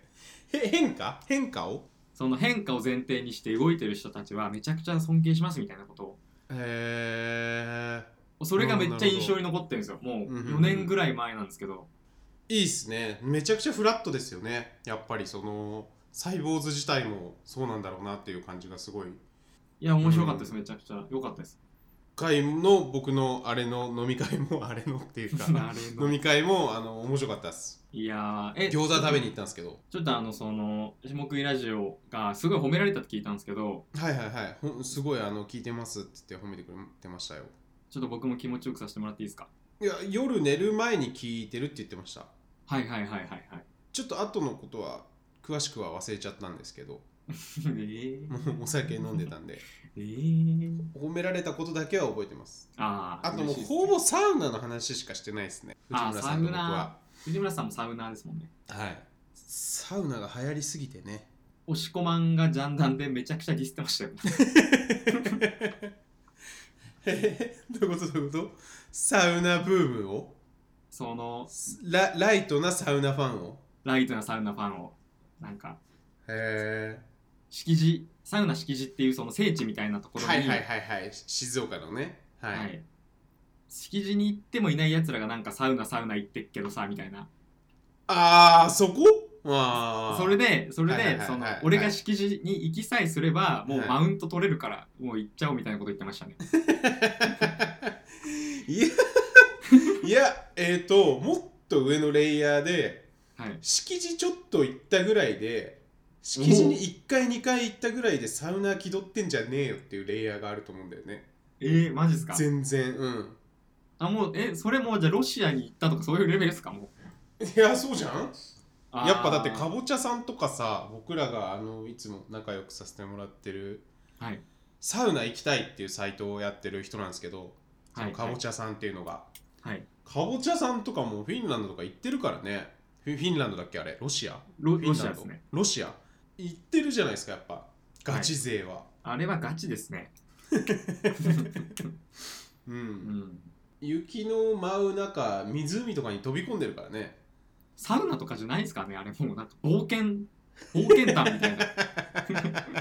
Speaker 2: へ変化変化を
Speaker 1: その変化を前提にして動いてる人たちはめちゃくちゃ尊敬しますみたいなこと
Speaker 2: へ
Speaker 1: をそれがめっちゃ印象に残ってるんですよも
Speaker 2: ほ
Speaker 1: う
Speaker 2: ど
Speaker 1: 4年ぐらい前なんですけど
Speaker 2: えいいっすねめちゃくちゃフラットですよねやっぱりそのサイボーズ自体もそうなんだろうなっていう感じがすごい
Speaker 1: いや面白かったです
Speaker 2: うん
Speaker 1: めちゃくちゃ良かったです
Speaker 2: 会の僕のあれの飲み会も あれのっていうか
Speaker 1: あれ
Speaker 2: 飲
Speaker 1: の
Speaker 2: み会もあの面白かったっす
Speaker 1: いやーえ
Speaker 2: 餃子食べに行ったんですけど
Speaker 1: ちょっとあのその下食いラジオがすごい褒められたって聞いたんですけど
Speaker 2: はいはいはいほんすごいあの聞いてますって言って褒めてくれてましたよ
Speaker 1: ちょっと僕も気持ちよくさせてもらっていいですか
Speaker 2: いや夜寝る前に聞いてるって言ってました
Speaker 1: はいはいはいはい はい
Speaker 2: ちょっと後のことは詳しくは忘れちゃったんですけど
Speaker 1: えー、
Speaker 2: もうお酒飲んでたんで
Speaker 1: えー、
Speaker 2: 褒められたことだけは覚えてます
Speaker 1: あー
Speaker 2: あともう
Speaker 1: 嬉しいですね
Speaker 2: ほぼサウナの話しかしてないですね藤
Speaker 1: あー
Speaker 2: 村さんと僕は
Speaker 1: 藤村さんもサウナーですもんね
Speaker 2: はいサウナが流行りすぎてね
Speaker 1: 押し込まんがジャンダンでめちゃくちゃディスってましたよ
Speaker 2: えどういうことどういうことサウナブームを
Speaker 1: その
Speaker 2: ラライトなサウナファンを
Speaker 1: ライトなサウナファンをなんか
Speaker 2: へ
Speaker 1: 敷地サウナ敷地っていうその聖地みたいなとこ
Speaker 2: え
Speaker 1: ろに、
Speaker 2: はいはいはいはい静岡のねはい、
Speaker 1: はい敷地に行ってもいないやつらがなんかサウナサウナ行ってっけどさみたいな
Speaker 2: ああそこあー
Speaker 1: それでそれ
Speaker 2: はいはいはい
Speaker 1: で
Speaker 2: はい
Speaker 1: その
Speaker 2: はい
Speaker 1: 俺が敷地に行きさえすればもう
Speaker 2: はい
Speaker 1: マウント取れるからもう行っちゃおうみたいなこと言ってましたね
Speaker 2: いや、いや、えっ、と、もっと上のレイヤーで、
Speaker 1: はい
Speaker 2: 敷地ちょっと行ったぐらいで、敷地に1回、2回行ったぐらいでサウナ気取ってんじゃねえよっていうレイヤーがあると思うんだよね。
Speaker 1: えー、マジですか
Speaker 2: 全然、うん。
Speaker 1: あもうえそれもうじゃあロシアに行ったとかそういうレベルですかもう
Speaker 2: いや、そうじゃん
Speaker 1: あー
Speaker 2: やっぱだって、かぼちゃさんとかさ、僕らがあのいつも仲良くさせてもらってる、
Speaker 1: はい
Speaker 2: サウナ行きたいっていうサイトをやってる人なんですけど、そ
Speaker 1: は
Speaker 2: の
Speaker 1: い、
Speaker 2: かぼちゃさんっていうのが。
Speaker 1: はい
Speaker 2: かぼちゃさんとかもフィンランドとか行ってるからねフィフィンランドだっけあれロシア
Speaker 1: ロ
Speaker 2: フィ
Speaker 1: ロ
Speaker 2: ン
Speaker 1: シ
Speaker 2: ラ
Speaker 1: ア
Speaker 2: ン
Speaker 1: で
Speaker 2: ド
Speaker 1: すね
Speaker 2: ロシア行ってるじゃないですかやっぱガチ勢は、
Speaker 1: あれはガチですね
Speaker 2: う
Speaker 1: うんん
Speaker 2: 雪の舞う中湖とかに飛び込んでるからね
Speaker 1: サウナとかじゃないですからねあれもうなんか冒険冒険団みた いな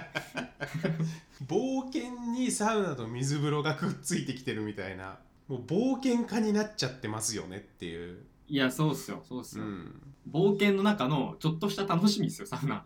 Speaker 2: 冒険にサウナと水風呂がくっついてきてるみたいなもう冒険家になっちゃってますよねっていう、
Speaker 1: いやそうっすよそうっす
Speaker 2: う
Speaker 1: よ、
Speaker 2: ん、
Speaker 1: 冒険の中のちょっとした楽しみですよサウ ナ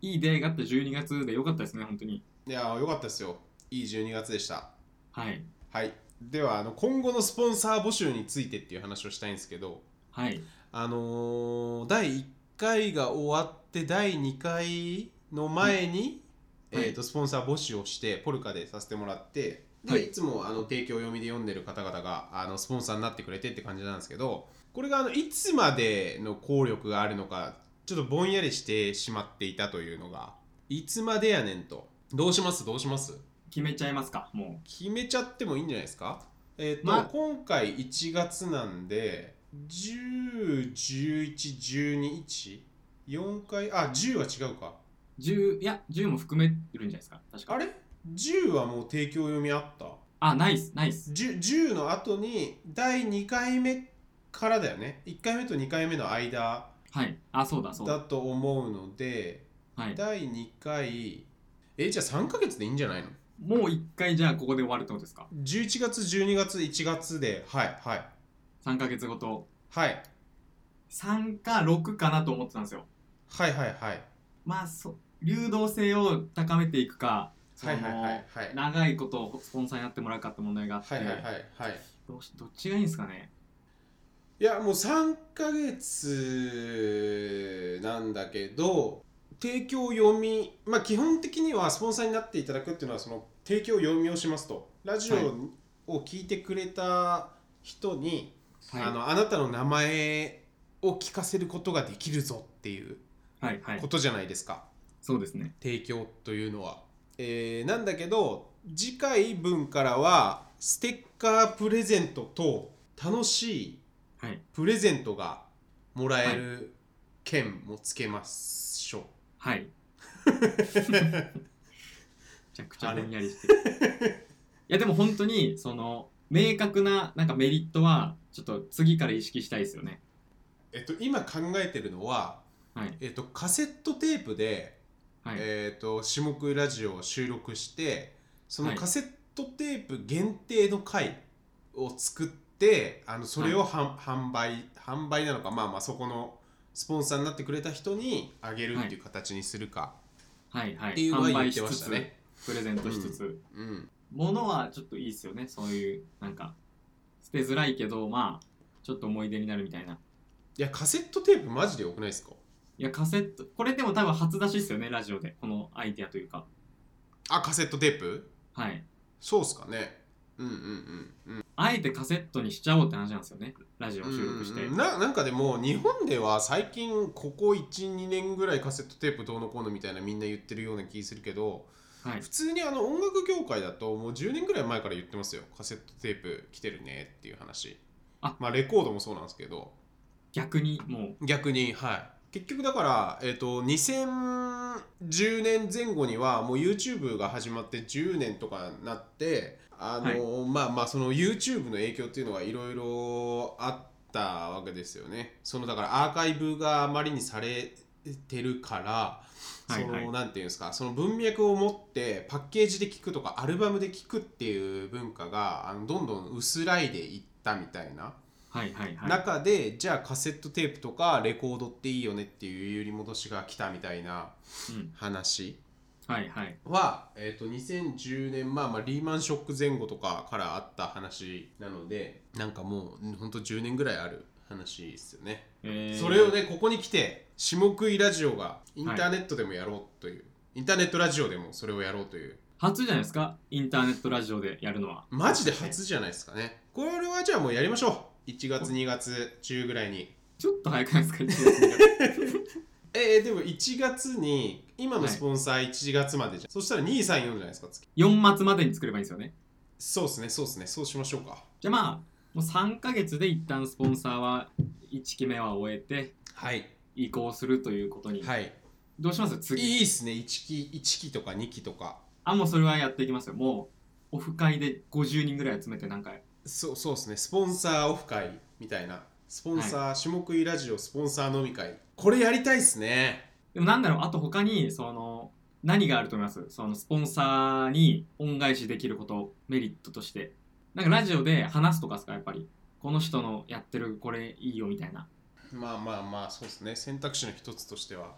Speaker 1: いい出会いがあった12月で良かったですね本当に
Speaker 2: いやーよかったですよいい12月でした
Speaker 1: はい
Speaker 2: はいではあの今後のスポンサー募集についてっていう話をしたいんですけど
Speaker 1: はい
Speaker 2: あのー第1回が終わって第2回の前に、
Speaker 1: うんはい
Speaker 2: えー、とスポンサー募集をしてポルカでさせてもらってで、
Speaker 1: はい
Speaker 2: い、つもあの提供読みで読んでる方々があのスポンサーになってくれてって感じなんですけどこれがあのいつまでの効力があるのかちょっとぼんやりしてしまっていたというのがいつまでやねんとどうしますどうします
Speaker 1: 決めちゃいますかも
Speaker 2: 決めちゃってもいいんじゃないですかえっ、と、
Speaker 1: まあ
Speaker 2: 今回1月なんで10111214回あ10は違うか
Speaker 1: う10いや10も含めてるんじゃないですか確か
Speaker 2: あれ10はもう提供読みあった
Speaker 1: あナイスナイス
Speaker 2: 10, 10の後に第2回目からだよね1回目と2回目の間
Speaker 1: はいあそうだそう
Speaker 2: だ
Speaker 1: だ
Speaker 2: と思うので
Speaker 1: はい
Speaker 2: 第2回えじゃあ3ヶ月でいいんじゃないの
Speaker 1: もう一回じゃあここで終わるってことですか
Speaker 2: ?11 月12月1月ではいはい
Speaker 1: 3ヶ月ごと
Speaker 2: はい
Speaker 1: 3か6かなと思ってたんですよ
Speaker 2: はいはいはい
Speaker 1: まあそ流動性を高めていくかその
Speaker 2: はいはいはいはい
Speaker 1: 長いことスポンサーになってもらうかって問題があって、
Speaker 2: はいはいはいはい
Speaker 1: どうしどっちがいいんですかね
Speaker 2: いやもう3ヶ月なんだけど提供読みまあ基本的にはスポンサーになっていただくっていうのはその提供読みをしますとラジ
Speaker 1: はい
Speaker 2: オを聞いてくれた人に、
Speaker 1: はい
Speaker 2: あのあなたの名前を聞かせることができるぞっていう
Speaker 1: はいはい
Speaker 2: ことじゃないですか、
Speaker 1: そうですね
Speaker 2: 提供というのは、えーなんだけど次回分からはステッカープレゼントと楽しい
Speaker 1: はい
Speaker 2: プレゼントがもらえる券もつけましょう、
Speaker 1: はい めちゃくちゃぼんやりしていやでも本当にその明確ななんかメリットはちょっと次から意識したいですよね
Speaker 2: えっと、今考えてるのは、
Speaker 1: はい
Speaker 2: えっと、カセットテープで、
Speaker 1: はい、
Speaker 2: えっと下目ラジオを収録してその
Speaker 1: はい
Speaker 2: カセットテープ限定の回を作ってあのそれをは、販売販売なのかまあまあそこのスポンサーになってくれた人にあげるっていう形にするか、
Speaker 1: はいはい
Speaker 2: っていうのは
Speaker 1: 販
Speaker 2: 言
Speaker 1: 売
Speaker 2: って
Speaker 1: し
Speaker 2: ま
Speaker 1: つ
Speaker 2: した
Speaker 1: つ、
Speaker 2: ね
Speaker 1: プレゼントしつつ、
Speaker 2: うん、
Speaker 1: 物はちょっといいですよねそういうなんか捨てづらいけどまあちょっと思い出になるみたいない
Speaker 2: やカセットテープマジでよくないですか
Speaker 1: いやカセットこれでも多分初出しですよねラジオでこのアイデアというか
Speaker 2: あカセットテープ
Speaker 1: はい
Speaker 2: そうっすかねうんうんうん
Speaker 1: あえてカセットにしちゃおうって話なんですよねラジオを収録して
Speaker 2: うんうんななんかでも日本では最近ここ12年ぐらいカセットテープどうのこうのみたいなみんな言ってるような気するけど
Speaker 1: はい
Speaker 2: 普通にあの音楽業界だともう10年ぐらい前から言ってますよカセットテープ来てるねっていう話
Speaker 1: あ
Speaker 2: まあレコードもそうなんですけど
Speaker 1: 逆にも
Speaker 2: 逆にはい結局だから、えっと2010年前後にはもう YouTube が始まって10年とかになってあの、まあまあその YouTube の影響っていうのはいろいろあったわけですよねそのだからアーカイブがあまりにされてるから
Speaker 1: は
Speaker 2: そ
Speaker 1: い
Speaker 2: の、
Speaker 1: はい
Speaker 2: なんていうんですかその文脈を持ってパッケージで聞くとかアルバムで聞くっていう文化があのどんどん薄らいでいったみたいな
Speaker 1: うはいはいはい
Speaker 2: 中でじゃあカセットテープとかレコードっていいよねっていう揺り戻しが来たみたいな
Speaker 1: うん
Speaker 2: 話
Speaker 1: はいはい
Speaker 2: は、えー、と2010年、まあ、まあリーマンショック前後とかからあった話なのでなんかもううんほんと10年ぐらいある話ですよね、
Speaker 1: えー
Speaker 2: それをねここに来て下食いラジオがインターネットでもやろうという、インターネットラジオでもそれをやろうという
Speaker 1: 初じゃないですかインターネットラジオでやるのは
Speaker 2: マジで初じゃないですかねこれはじゃあもうやりましょう1月2月中ぐらいに
Speaker 1: ちょっと早くないですか一月に
Speaker 2: えー、でも1月に今のスポンサー1月までじゃん、そしたら234じゃないですか月
Speaker 1: 4末までに作ればいいんですよね
Speaker 2: そうですねそうですねそうしましょうか
Speaker 1: じゃあまあもう3ヶ月で一旦スポンサーは1期目は終えて
Speaker 2: はい
Speaker 1: 移行するということに、
Speaker 2: はい
Speaker 1: どうします次
Speaker 2: いいっすね1期1期とか2期とか
Speaker 1: あもうそれはやっていきますよもうオフ会で50人ぐらい集めてなんか
Speaker 2: そうそうですねスポンサーオフ会みたいなスポンサー、種目いラジオスポンサー飲み会これやりたいっすね
Speaker 1: でもなんだろうあと他にその何があると思いますそのスポンサーに恩返しできることメリットとしてなんかラジオで話すとかですかやっぱりこの人のやってるこれいいよみたいな
Speaker 2: まあまあまあそうですね選択肢の一つとしては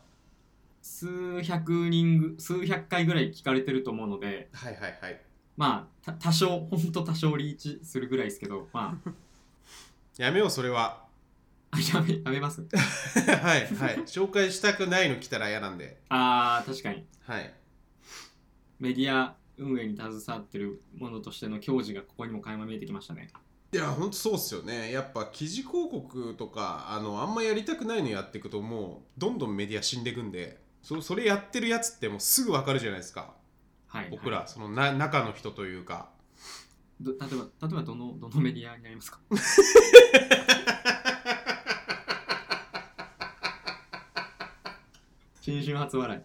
Speaker 1: 数百人ぐ数百回ぐらい聞かれてると思うので
Speaker 2: はいはいはい
Speaker 1: まあた多少ほんと多少リーチするぐらいですけどまあ
Speaker 2: やめようそれは
Speaker 1: あ やめやめます
Speaker 2: はいはい紹介したくないの来たら嫌なんで
Speaker 1: あー確かに
Speaker 2: はい
Speaker 1: メディア運営に携わってるものとしての矜持がここにも垣間見えてきましたね
Speaker 2: いやほんとそうっすよねやっぱ記事広告とかあのあんまやりたくないのやっていくともうどんどんメディア死んでいくんでそそれやってるやつってもうすぐ分かるじゃないですか
Speaker 1: はい
Speaker 2: 僕
Speaker 1: は
Speaker 2: らそのな中の人というか
Speaker 1: いど例えば例えばどのどのメディアになり ますか新春初笑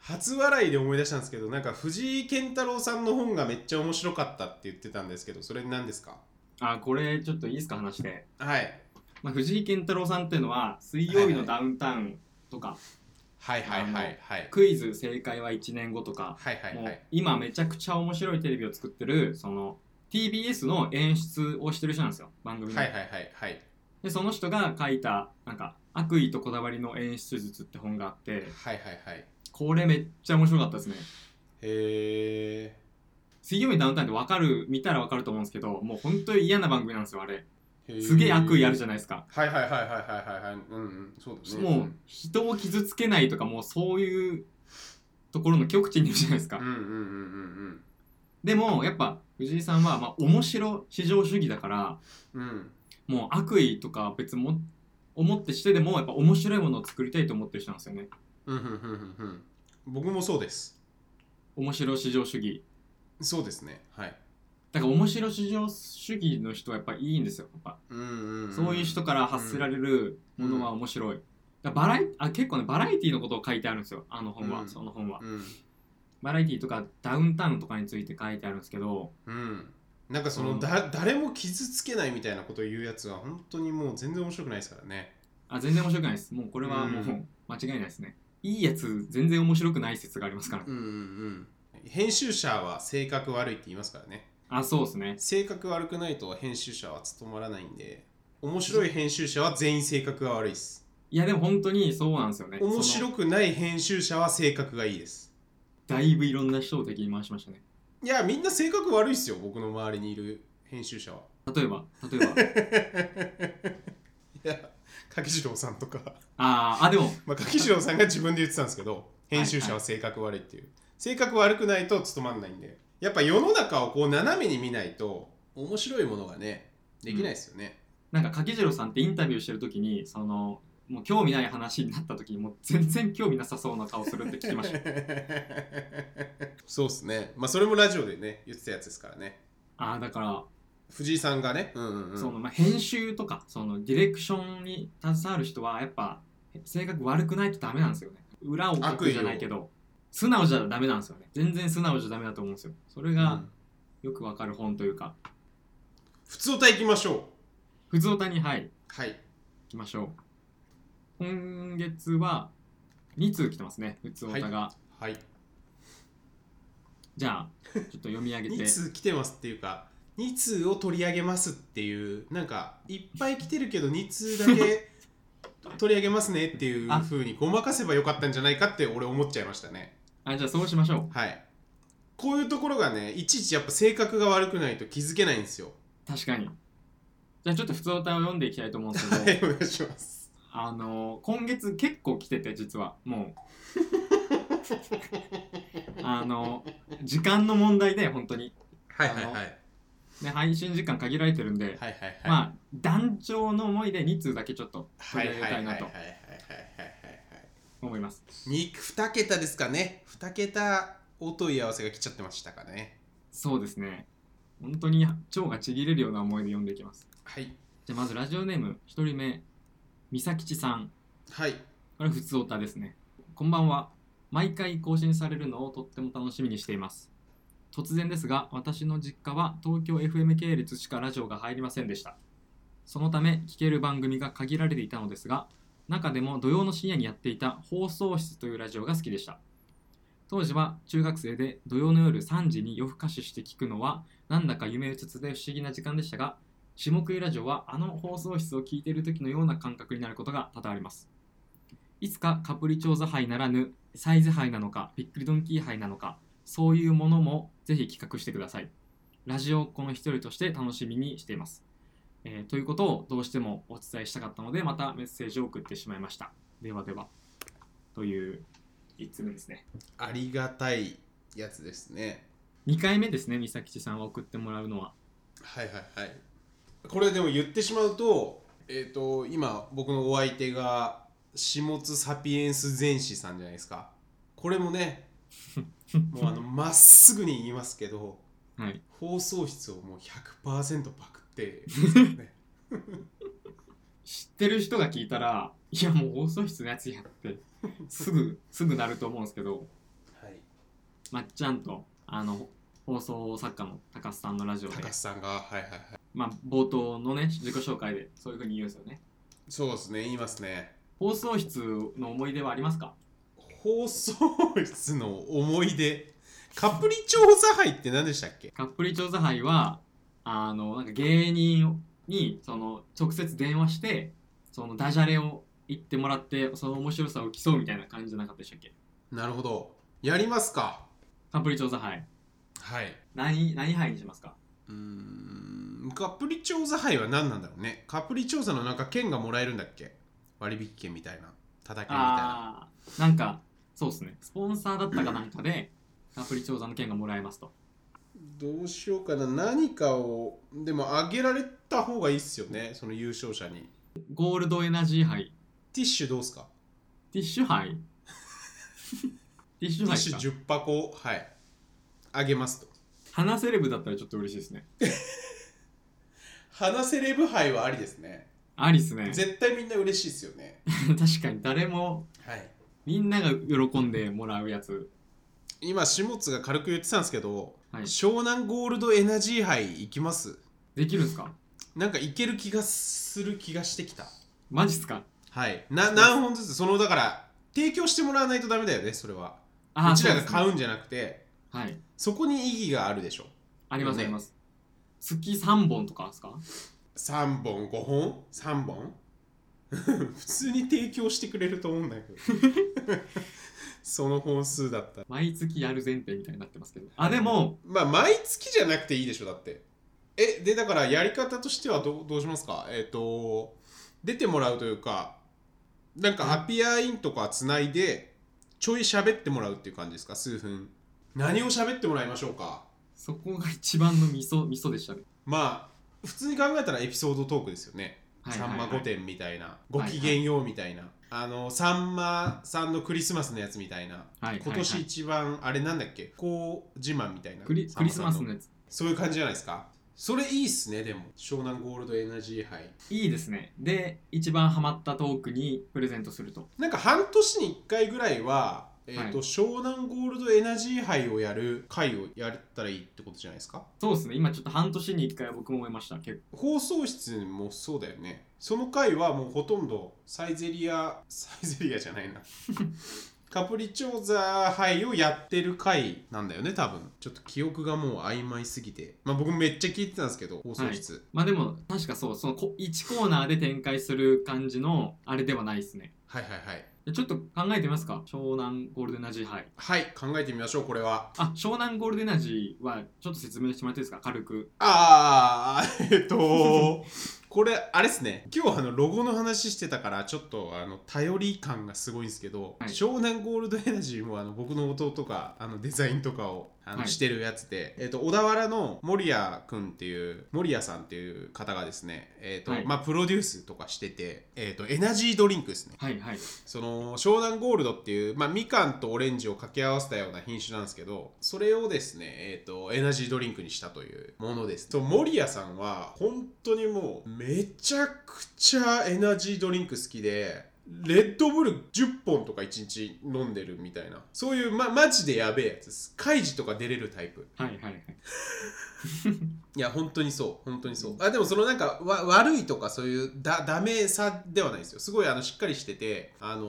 Speaker 2: 初笑いで思い出したんですけどなんか藤井健太郎さんの本がめっちゃ面白かったって言ってたんですけどそれ何ですか
Speaker 1: いあこれちょっといいですか話で、
Speaker 2: はい
Speaker 1: まあ、藤井健太郎さんっていうのは水曜日のダウンタウンとか、
Speaker 2: はいはいはいはい
Speaker 1: クイズ正解は1年後とか
Speaker 2: はいはい
Speaker 1: も
Speaker 2: は
Speaker 1: う
Speaker 2: い
Speaker 1: 今めちゃくちゃ面白いテレビを作ってるその TBS の演出をしてる人なんですよ番組の、
Speaker 2: はいはいはいはい
Speaker 1: でその人が書いたなんか「悪意とこだわりの演出術」って本があって
Speaker 2: はいはいはい
Speaker 1: これめっちゃ面白かったですね
Speaker 2: へえ
Speaker 1: 水曜日のダウンタウンって分かる見たら分かると思うんですけどもう本当に嫌な番組なんですよあれすげえ悪意あるじ
Speaker 2: ゃん
Speaker 1: ゃないですか
Speaker 2: はいはいはいはいはいはいはいうんうんそうだね
Speaker 1: もう人を傷つけないとかもうそういうところの極致にいるじゃないですか
Speaker 2: うんうんうんうん
Speaker 1: でもやっぱ藤井さんはまあ面白至上主義だから
Speaker 2: うんうん
Speaker 1: もう悪意とか別にも思ってしてでもやっぱ面白いものを作りたいと思ってる人なんですよね
Speaker 2: うんうんうんうんうん僕もそうです
Speaker 1: 面白至上主義
Speaker 2: そうですねはい
Speaker 1: だから面白至上主義の人はやっぱいいんですよやっぱ
Speaker 2: うんうんん
Speaker 1: そういう人から発せられるものは面白い、だからバラエあ結構ねバラエティのことを書いてあるんですよあの本は、
Speaker 2: うん
Speaker 1: その本は
Speaker 2: うん
Speaker 1: バラエティとかダウンタウンとかについて書いてあるんですけど
Speaker 2: うん、なんかその、
Speaker 1: うん
Speaker 2: だ誰も傷つけないみたいなことを言うやつは本当にもう全然面白くないですからね
Speaker 1: あ全然面白くないですもうこれはもう
Speaker 2: うん
Speaker 1: 間違いないですねいいやつ全然面白くない説がありますから、
Speaker 2: うんうんうん編集者は性格悪いって言いますからね
Speaker 1: あそうですね
Speaker 2: 性格悪くないと編集者は務まらないんで面白い編集者は全員性格が悪いです
Speaker 1: いやでも本当にそうなんですよね
Speaker 2: 面
Speaker 1: その
Speaker 2: 白くない編集者は性格がいいです
Speaker 1: だいぶいろんな人を敵に回しましたね
Speaker 2: いやみんな性格悪いっすよ僕の周りにいる編集者は
Speaker 1: 例えば例えば
Speaker 2: いや柿次郎さんとか
Speaker 1: あーあでも
Speaker 2: まあ、柿次郎さんが自分で言ってたんですけど編集者は性格悪いっていう、性格悪くないと務まんないんでやっぱ世の中をこう斜めに見ないと面白いものがねできないですよね、
Speaker 1: なんか柿次郎さんってインタビューしてる時にそのもう興味ない話になった時にもう全然興味なさそうな顔するって聞きました
Speaker 2: そうですねまあそれもラジオでね言ってたやつですからね
Speaker 1: ああだから、
Speaker 2: 藤井さんがねうんうんうん
Speaker 1: そのまあ、編集とかそのディレクションに携わる人はやっぱ性格悪くないとダメなんですよね裏を書くじゃないけど素直じゃダメなんですよね全然素直じゃダメだと思うんですよそれ
Speaker 2: う
Speaker 1: が
Speaker 2: ん
Speaker 1: よくわかる本というか
Speaker 2: 普通歌いきましょう
Speaker 1: 普通歌にはい
Speaker 2: はい
Speaker 1: 行きましょう今月は2通来てますね普通歌が、
Speaker 2: はい
Speaker 1: じゃあちょっと読み上げて
Speaker 2: 2通来てますっていうか2通を取り上げますっていうなんかいっぱい来てるけど2通だ け取り上げますねっていう
Speaker 1: あ
Speaker 2: ふうにごまかせばよかったんじゃないかって俺思っちゃいましたね
Speaker 1: あじゃあそうしましょ
Speaker 2: はいこういうところがねいちいちやっぱ性格が悪くないと気づけないんですよ
Speaker 1: う確かにじゃあちょっと普通歌を読んでいきたいと思うんですけど、
Speaker 2: はいお願いします
Speaker 1: あのー今月結構来てて実はもうあのー時間の問題で本当に
Speaker 2: はい
Speaker 1: はいはいね配信時間限られてるんで、
Speaker 2: はいはいはい
Speaker 1: まあ団長の思いで2通だけちょっと
Speaker 2: は
Speaker 1: 取
Speaker 2: い
Speaker 1: り
Speaker 2: は
Speaker 1: 上
Speaker 2: い
Speaker 1: げ
Speaker 2: は
Speaker 1: たい
Speaker 2: いはい
Speaker 1: な
Speaker 2: は
Speaker 1: い
Speaker 2: はい
Speaker 1: と
Speaker 2: はい
Speaker 1: 思います、
Speaker 2: に2桁ですかね2桁お問い合わせが来ちゃってましたかね
Speaker 1: そうですね本当に腸がちぎれるような思いで読んでいきます
Speaker 2: はい
Speaker 1: じゃあまずラジオネーム1人目みさきちさん
Speaker 2: はい
Speaker 1: これ普通オタですね。こんばんは。毎回更新されるのをとっても楽しみにしています。突然ですが私の実家は東京 FM 系列しかラジオが入りませんでしたそのため聞ける番組が限られていたのですが中でも土曜の深夜にやっていた放送室というラジオが好きでした当時は中学生で土曜の夜3時に夜更かしして聞くのはなんだか夢うつつで不思議な時間でしたが下食いラジオはあの放送室を聞いている時のような感覚になることが多々ありますいつかカプリチョーザ杯ならぬサイズ杯なのかびっくりドンキー杯なのかそういうものもぜひ企画してくださいラジオっ子の一人として楽しみにしています、えーということをどうしてもお伝えしたかったのでまたメッセージを送ってしまいましたではではという1つ目ですね
Speaker 2: ありがたいやつですね
Speaker 1: 2回目ですね三崎地さんは送ってもらうのは
Speaker 2: はいはいはいこれでも言ってしまうとえっ、と今僕のお相手が下津サピエンス全史さんじゃないですかこれも ねもうあのまっすぐに言いますけど
Speaker 1: はい
Speaker 2: 放送室をもう100%パク ってますからね
Speaker 1: 知ってる人が聞いたらいやもう放送室のやつやってすぐすぐなると思うんですけど
Speaker 2: はい
Speaker 1: まっちゃんとあの放送作家の高須さんのラジオで
Speaker 2: 高、須さんがはいはいはい
Speaker 1: まあ、冒頭のね自己紹介でそういうふうに言うんですよね
Speaker 2: そうですね言いますね
Speaker 1: 放送室の思い出はありますか
Speaker 2: 放送室の思い出カプリ調査杯って何でしたっけ
Speaker 1: カップリ調査杯はあのなんか芸人にその直接電話してそのダジャレを言ってもらってその面白さを競うみたいな感じじゃなかったでしたっけ
Speaker 2: なるほどやりますか
Speaker 1: カップリ調査杯
Speaker 2: はい
Speaker 1: 何何杯にしますか
Speaker 2: うーんカプリ調査杯は何なんだろうねカプリ調査のなんか券がもらえるんだっけ割引券みたいな叩きみたいな
Speaker 1: ああなんかそうですねスポンサーだったかなんかでカプリ調査の券がもらえますと
Speaker 2: どうしようかな何かをでもあげられた方がいいっすよねその優勝者に
Speaker 1: ゴールドエナジー杯
Speaker 2: ティッシュどうすか
Speaker 1: ティッシュ杯ティッシ
Speaker 2: テ
Speaker 1: ュ
Speaker 2: ィッ
Speaker 1: 杯
Speaker 2: シュ
Speaker 1: か
Speaker 2: 10箱はいあげますと
Speaker 1: 花セレブだったらちょっと嬉しいですね
Speaker 2: 花セレブ杯はありですね
Speaker 1: ありっすね
Speaker 2: 絶対みんな嬉しいっすよね
Speaker 1: 確かに誰も
Speaker 2: はい
Speaker 1: みんなが喜んでもらうやつ
Speaker 2: 今下津が軽く言ってたんですけど、
Speaker 1: はい
Speaker 2: 湘南ゴールドエナジー杯いきます
Speaker 1: できるんすか
Speaker 2: なんかいける気がする気がしてきた
Speaker 1: マジっすか
Speaker 2: はいな何本ずつそのだから提供してもらわないとダメだよねそれは
Speaker 1: ー
Speaker 2: うちら
Speaker 1: そう
Speaker 2: が
Speaker 1: ですね
Speaker 2: 買うんじゃなくてそ,、
Speaker 1: はい
Speaker 2: こに意義があるでしょ
Speaker 1: あります
Speaker 2: ね
Speaker 1: あります月3本とかですか
Speaker 2: 3本5本3本 普通に提供してくれると思うんだけど その本数だったら
Speaker 1: 毎月やる前提みたいになってますけどあでも
Speaker 2: まあ毎月じゃなくていいでしょだってえでだからやり方としてはどうどうしますかえっ、と出てもらうというかなんかハピアインとかつないでちょい喋ってもらうっていう感じですか数分何を喋ってもらいましょうか
Speaker 1: そこが一番の味噌味噌でしたね
Speaker 2: まあ普通に考えたらエピソードトークですよね、
Speaker 1: はいはいはい
Speaker 2: さんま御殿みたいなごきげんようみたいな、あのさんまさんのクリスマスのやつみたいな、
Speaker 1: はいは
Speaker 2: 今
Speaker 1: いは
Speaker 2: 年
Speaker 1: い
Speaker 2: 一番あれなんだっけこう自慢みたいな
Speaker 1: クリ
Speaker 2: さ
Speaker 1: ク
Speaker 2: んま
Speaker 1: リス
Speaker 2: さん
Speaker 1: マスのやつ
Speaker 2: そういう感じじゃないですかそれいいっすねでも湘南ゴールドエナジー杯
Speaker 1: いいですねで一番ハマったトークにプレゼントすると
Speaker 2: なんか半年に1回ぐらいは、えーと
Speaker 1: は
Speaker 2: 湘南ゴールドエナジー杯をやる回をやったらいいってことじゃないですか
Speaker 1: そうですね今ちょっと半年に1回は僕も思いました結
Speaker 2: 放送室もそうだよねその回はもうほとんどサイゼリアサイゼリアじゃない なカプリチョーザ杯をやってる回なんだよね多分ちょっと記憶がもう曖昧すぎてまあ僕めっちゃ聞いてたんですけど放送室
Speaker 1: まあでも確かそうそのこ1コーナーで展開する感じのあれではないですね
Speaker 2: はいはいはい
Speaker 1: でちょっと考えてみますか湘南ゴールデンエナジー杯
Speaker 2: はい考えてみましょうこれは
Speaker 1: あ湘南ゴールデンエナジーはちょっと説明してもらっていいですか軽く
Speaker 2: ああ、えっと、これ、あれですね、今日あのロゴの話してたから、ちょっとあの頼り感がすごいんですけど、
Speaker 1: はい
Speaker 2: 湘南ゴールドエナジーもあの僕の弟があのデザインとかをあの、
Speaker 1: はい
Speaker 2: してるやつで、えっと、小田原の守谷君っていう、守谷さんっていう方がですね、えっと
Speaker 1: はい
Speaker 2: まあ、プロデュースとかしてて、えっと、エナジードリンクですね。
Speaker 1: はいはい
Speaker 2: その湘南ゴールドっていう、まあ、みかんとオレンジを掛け合わせたような品種なんですけどそれをですね、えー、とエナジードリンクにしたというものですと守谷さんは本当にもうめちゃくちゃエナジードリンク好きでレッドブル10本とか1日飲んでるみたいなそういう、ま、マジでやべえやつですカイジとか出れるタイプ
Speaker 1: はいはいはい
Speaker 2: いや本当にそう本当にそうあでもそのなんかわ悪いとかそういうだダメさではないですよすごいあのしっかりしててあの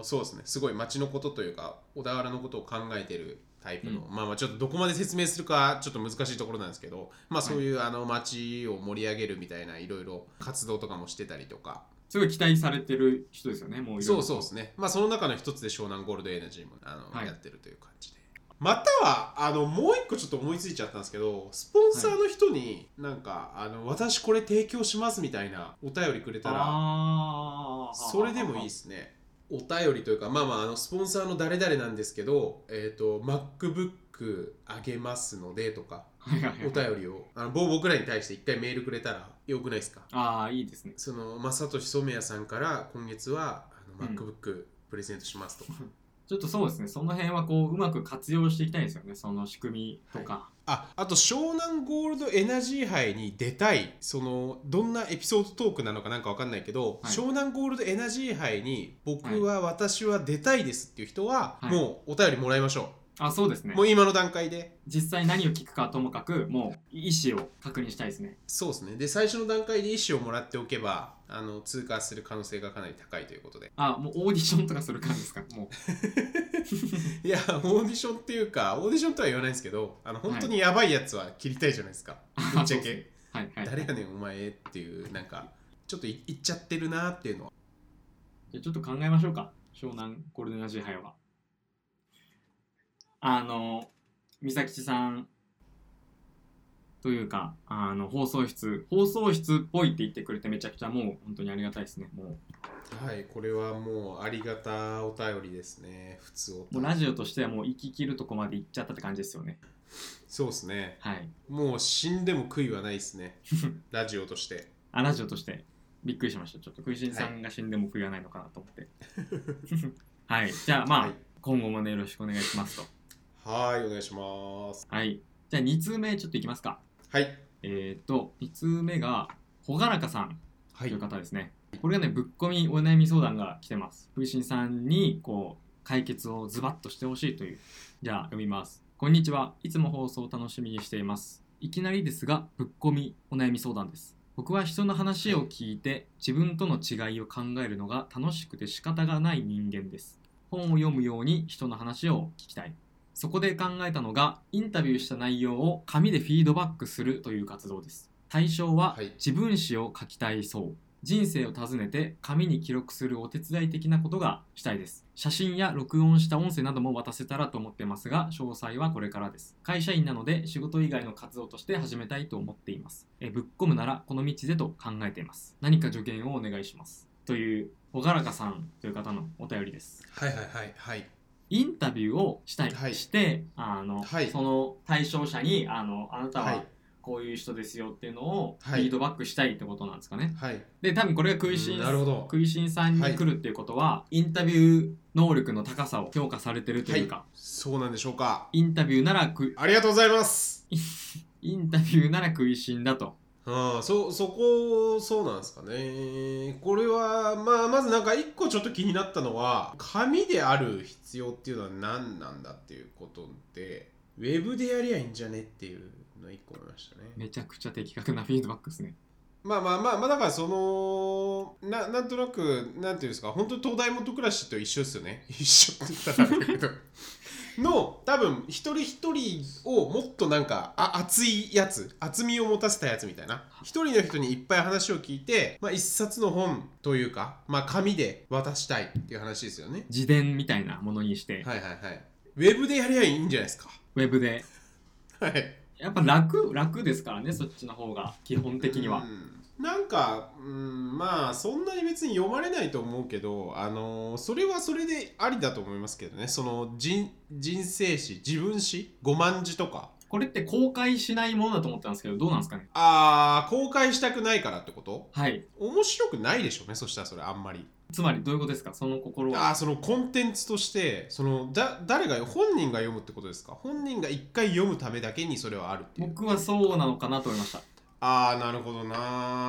Speaker 2: ーそうですねすごい町のことというか小田原のことを考えてるタイプの、まあまあちょっとどこまで説明するかちょっと難しいところなんですけどまあそういう、あの町を盛り上げるみたいないろいろ活動とかもしてたりとか
Speaker 1: すごい期待されてる人ですよねもういろい
Speaker 2: そう
Speaker 1: ろ
Speaker 2: そうですね。まあその中の一つで湘南ゴールドエナジーもあの、
Speaker 1: はい
Speaker 2: やってるという感じで。またはあのもう一個ちょっと思いついちゃったんですけどスポンサーの人になんか、あの私これ提供しますみたいなお便りくれたら
Speaker 1: あー
Speaker 2: それでもいいですねお便りというかまあまああのスポンサーの誰々なんですけどえっ、と MacBook あげますのでとか
Speaker 1: はいはい
Speaker 2: お
Speaker 1: はい
Speaker 2: 便りをあのぼ僕らに対して一回メールくれたらよくないですか
Speaker 1: ああいいですね
Speaker 2: その正俊染谷さんから今月はあの
Speaker 1: うん
Speaker 2: MacBook プレゼントしますとか、
Speaker 1: ちょっとそうですねその辺はこううまく活用していきたいですよねその仕組みとか、
Speaker 2: ああと湘南ゴールドエナジー杯に出たいそのどんなエピソードトークなのかなんかわかんないけど、
Speaker 1: はい
Speaker 2: 湘南ゴールドエナジー杯に僕は、私は出たいですっていう人
Speaker 1: は
Speaker 2: は、
Speaker 1: い
Speaker 2: もうお便りもらいましょ
Speaker 1: あそうです
Speaker 2: う、
Speaker 1: ね
Speaker 2: もう今の段階で
Speaker 1: 実際何を聞くかはともかくもう意思を確認したいですね
Speaker 2: そうですねで最初の段階で意思をもらっておけばあの通過する可能性がかなり高いということで
Speaker 1: あもうオーディションとかする感じですかも
Speaker 2: いやオーディションっていうかオーディションとは言わないんですけどあの本当にやばいやつは切りたいじゃないで すか、
Speaker 1: う
Speaker 2: ぶっちゃ
Speaker 1: そうです
Speaker 2: け
Speaker 1: ねはいはい
Speaker 2: 誰やねんお前っていうなんかちょっとい言っちゃってるなっていうのは
Speaker 1: じゃあちょっと考えましょうか湘南ゴールデンラジー杯はあの三崎吉さんというかあの放送室放送室っぽいって言ってくれてめちゃくちゃもう本当にありがたいですねも
Speaker 2: はいこれはもうありがたお便りですね普通
Speaker 1: うもうラジオとしてはもう行ききるとこまで行っちゃったって感じですよね
Speaker 2: そうですね
Speaker 1: はい
Speaker 2: もう死んでも悔いはないです ねラジオとして
Speaker 1: あラジオとしてびっくりしましたちょっと食いしんさんが死んでも悔いはないのかなと思っ てはい、じゃあまあ、
Speaker 2: はい
Speaker 1: 今後もねよろしくお願いしますと
Speaker 2: はいお願いします
Speaker 1: はいじゃあ2通目ちょっといきますか
Speaker 2: はい
Speaker 1: えっ、と2通目が朗らかさん
Speaker 2: は
Speaker 1: という方ですね、これがねぶっこみお悩み相談が来てます風神さんにこう解決をズバッとしてほしいというじゃあ読みますこんにちはいつも放送を楽しみにしていますいきなりですがぶっこみお悩み相談です僕は人の話を聞いて自分との違いを考えるのが楽しくて仕方がない人間です本を読むように人の話を聞きたいそこで考えたのがインタビューした内容を紙でフィードバックするという活動です対象は
Speaker 2: はい
Speaker 1: 自分史を書きたいそう人生を訪ねて紙に記録するお手伝い的なことがしたいです写真や録音した音声なども渡せたらと思ってますが詳細はこれからです会社員なので仕事以外の活動として始めたいと思っていますえぶっ込むならこの道でと考えています何か助言をお願いしますという朗らかさんという方のお便りです
Speaker 2: はいはいはいはい
Speaker 1: インタビューをしたい、
Speaker 2: はい
Speaker 1: してあの、
Speaker 2: はい
Speaker 1: その対象者にあのあなた
Speaker 2: は
Speaker 1: はいこういう人ですよっていうのをフ
Speaker 2: はい
Speaker 1: ィードバックしたいってことなんですかね、
Speaker 2: はい
Speaker 1: で多分これが食いしん
Speaker 2: なるほど
Speaker 1: 食いしんさんに来るっていうことは、インタビュー能力の高さを評価されてるというか、
Speaker 2: そうなんでしょうか
Speaker 1: インタビューならく
Speaker 2: ありがとうございます
Speaker 1: インタビューなら食いしんだと
Speaker 2: ああそそこそうなんですかねこれはまあまずなんか一個ちょっと気になったのは紙である必要っていうのは何なんだっていうことでウェブでやりゃいいんじゃねっていうの一個思いましたね
Speaker 1: めちゃくちゃ的確なフィードバックですね
Speaker 2: まあまあまあまあだからそのななんとなくなんていうんですか本当に東大元暮らしと一緒ですよね 一緒って言ったらあれだ けどの多分一人一人をもっとなんかあ熱いやつ厚みを持たせたやつみたいな一人の人にいっぱい話を聞いて、まあ、一冊の本というか、まあ、紙で渡したいっていう話ですよね
Speaker 1: 自伝みたいなものにして、
Speaker 2: はいはいはいウェブでやりゃいいんじゃないですか
Speaker 1: ウェブで
Speaker 2: はい
Speaker 1: やっぱ楽楽ですからねそっちの方が基本的には、
Speaker 2: うんなんか、うん、まあそんなに別に読まれないと思うけど、あのそれはそれでありだと思いますけどねその人人生史自分史5万字とか
Speaker 1: これって公開しないものだと思ったんですけどどうなんですかね
Speaker 2: あー公開したくないからってこと
Speaker 1: はい
Speaker 2: 面白くないでしょうねそしたらそれあんまり
Speaker 1: つまりどういうことですかその心
Speaker 2: あー
Speaker 1: は
Speaker 2: そのコンテンツとしてそのだ誰が本人が読むってことですか本人が一回読むためだけにそれはあるっていう
Speaker 1: 僕はそうなのかなと思いました
Speaker 2: ああなるほど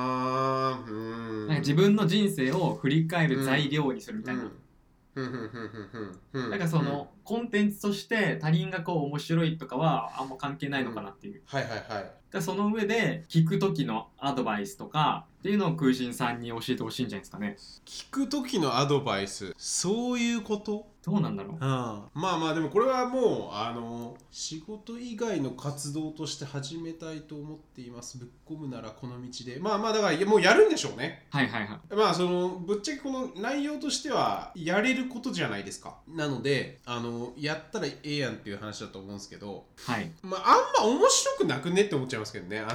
Speaker 2: なーうーん
Speaker 1: なんか自分の人生を振り返る材料にするみたいな、
Speaker 2: うんうんうんうんうんうん
Speaker 1: なんかその、コンテンツとして他人がこう面白いとかはあんま関係ないのかなっていう、
Speaker 2: はいはいはい
Speaker 1: でその上で聞く時のアドバイスとかっていうのを空心さんに教えてほしいんじゃないですかね
Speaker 2: 聞く時のアドバイスそういうこと
Speaker 1: どうなんだろう
Speaker 2: まあまあでもこれはもうあの仕事以外の活動として始めたいと思っていますぶっ込むならこの道でまあまあだからいやもうやるんでしょうね
Speaker 1: はいはいはい
Speaker 2: まあそのぶっちゃけこの内容としてはやれることじゃないですかなのであのやったらええやんっていう話だと思うんですけど
Speaker 1: はい
Speaker 2: まああんま面白くなくねって思っちゃいますけどねあの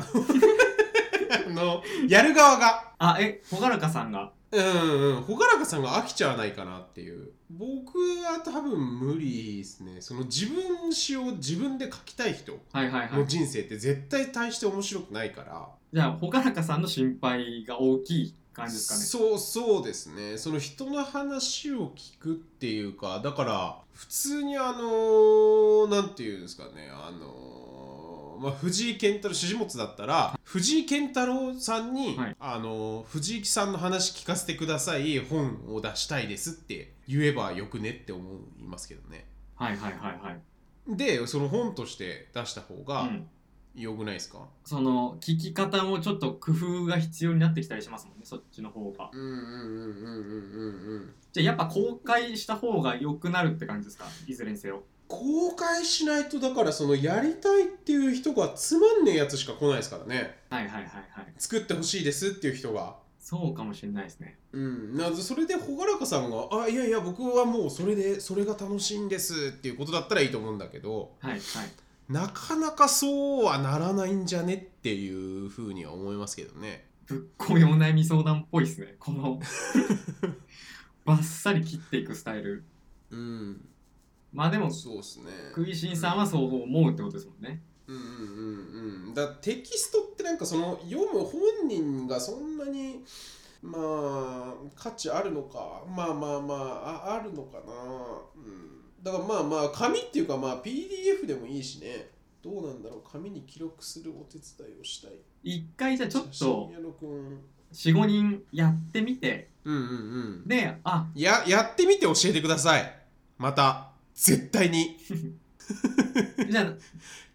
Speaker 2: あのやる側が
Speaker 1: あえ朗らかさんが
Speaker 2: うんうん、ほがらかさんが飽きちゃわないかなっていう僕は多分無理ですねその自分詩を自分で書きたい人
Speaker 1: はいはいはい
Speaker 2: の人生って絶対大して面白くないから、
Speaker 1: じゃあ朗らかさんの心配が大きい感じですかね
Speaker 2: そうそうですねその人の話を聞くっていうかだから普通にあのなんていうんですかねあのまあ、藤井健太郎藤本だったら藤井健太郎さんに、
Speaker 1: はい
Speaker 2: あの藤井さんの話聞かせてください本を出したいですって言えばよくねって思いますけどね
Speaker 1: はいはいはいはい、
Speaker 2: でその本として出した方が
Speaker 1: うん、
Speaker 2: よくないですか、
Speaker 1: その聞き方もちょっと工夫が必要になってきたりしますもんねそっちの方が
Speaker 2: うん、うんうんうんうんうんうん
Speaker 1: じゃあやっぱ公開した方が良くなるって感じですかいずれにせよ
Speaker 2: 公開しないとだからそのやりたいっていう人がつまんねえやつしか来ないですからね
Speaker 1: はいはいはいはい
Speaker 2: 作ってほしいですっていう人が
Speaker 1: そうかもしれないですね
Speaker 2: うんなそれで朗らかさんが「あいやいや僕はもうそれでそれが楽しいんです」っていうことだったらいいと思うんだけど
Speaker 1: はいはい
Speaker 2: なかなかそうはならないんじゃねっていうふうには思いますけどね
Speaker 1: ぶっこみお悩み相談っぽいですねこ のバッサリ切っていくスタイル
Speaker 2: うん
Speaker 1: まあでも
Speaker 2: そうですね
Speaker 1: 食いしんさんはそう思うってことですもんね
Speaker 2: うんうんうんうんだからテキストってなんかその読む本人がそんなにまあ価値あるのかまあまあまあああるのかな、うん、だからまあまあ紙っていうかまあ PDF でもいいしねどうなんだろう紙に記録するお手伝いをしたい
Speaker 1: 一回じゃあちょっ
Speaker 2: 写真
Speaker 1: と
Speaker 2: やろくんうん
Speaker 1: 45人やってみて
Speaker 2: うんうん
Speaker 1: であ
Speaker 2: ややってみて教えてくださいまた絶対に
Speaker 1: じゃあ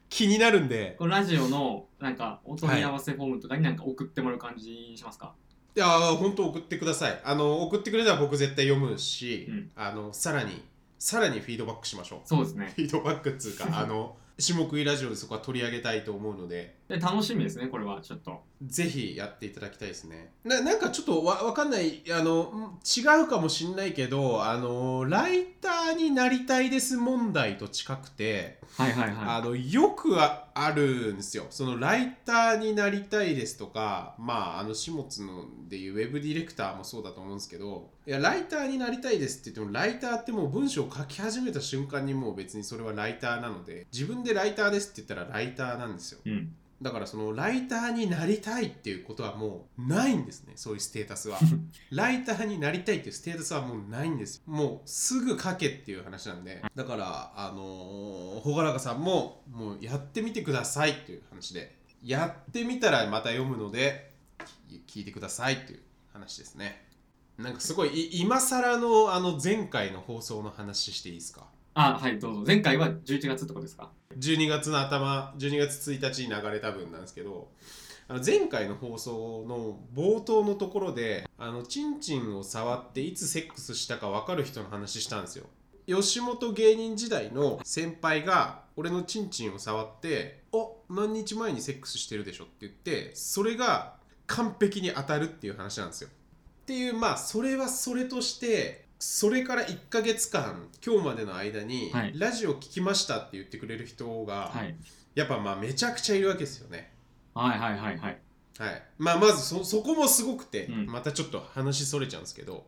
Speaker 2: 気になるんで
Speaker 1: このラジオのなんかお問い合わせフォームとかになんか送ってもらう感じにしますか、
Speaker 2: いやー本当送ってくださいあの送ってくれたら僕絶対読むし、
Speaker 1: うん
Speaker 2: あのさらにさらにフィードバックしましょ
Speaker 1: そうですね
Speaker 2: うフ ィードバックっつ うかあの下食いラジオでそこは取り上げたいと思うので
Speaker 1: で楽しみですねこれはちょっと
Speaker 2: ぜひやっていただきたいですねななんかちょっとわわかんないあのうん違うかもしんないけどあのライターになりたいです問題と近くて、
Speaker 1: はいはいは
Speaker 2: あのよくああるんですよそのライターになりたいですとかまああの始末のでいうウェブディレクターもそうだと思うんですけどいやライターになりたいですって言ってもライターってもう文章を書き始めた瞬間にもう別にそれはライターなので自分でライターですって言ったらライターなんですよ
Speaker 1: いうん
Speaker 2: だからそのライターになりたいっていうことはもうないんですねそういうステータスはライターになりたいっていうステータスはもうないんですもうすぐ書けっていう話なんでだからあのー、朗らかさんももうやってみてくださいっていう話でやってみたらまた読むのでき聞いてくださいっていう話ですねなんかすごいい今更のあの前回の放送の話していいですか
Speaker 1: あはいどうぞ前回は11月ってことですか
Speaker 2: 12月の頭12月1日に流れた分なんですけどあの前回の放送の冒頭のところであのチンチンを触っていつセックスしたか分かる人の話したんですよ吉本芸人時代の先輩が俺のチンチンを触って「お何日前にセックスしてるでしょ」って言ってそれが完璧に当たるっていう話なんですよっていうまあそれはそれとしてそれから1ヶ月間今日までの間に、
Speaker 1: はい
Speaker 2: ラジオ聞きましたって言ってくれる人が、
Speaker 1: はい
Speaker 2: やっぱまあめちゃくちゃいるわけですよね。
Speaker 1: はいはいはいはい
Speaker 2: はいまあ、まずそそこもすごくて、
Speaker 1: うん
Speaker 2: またちょっと話それちゃうんですけど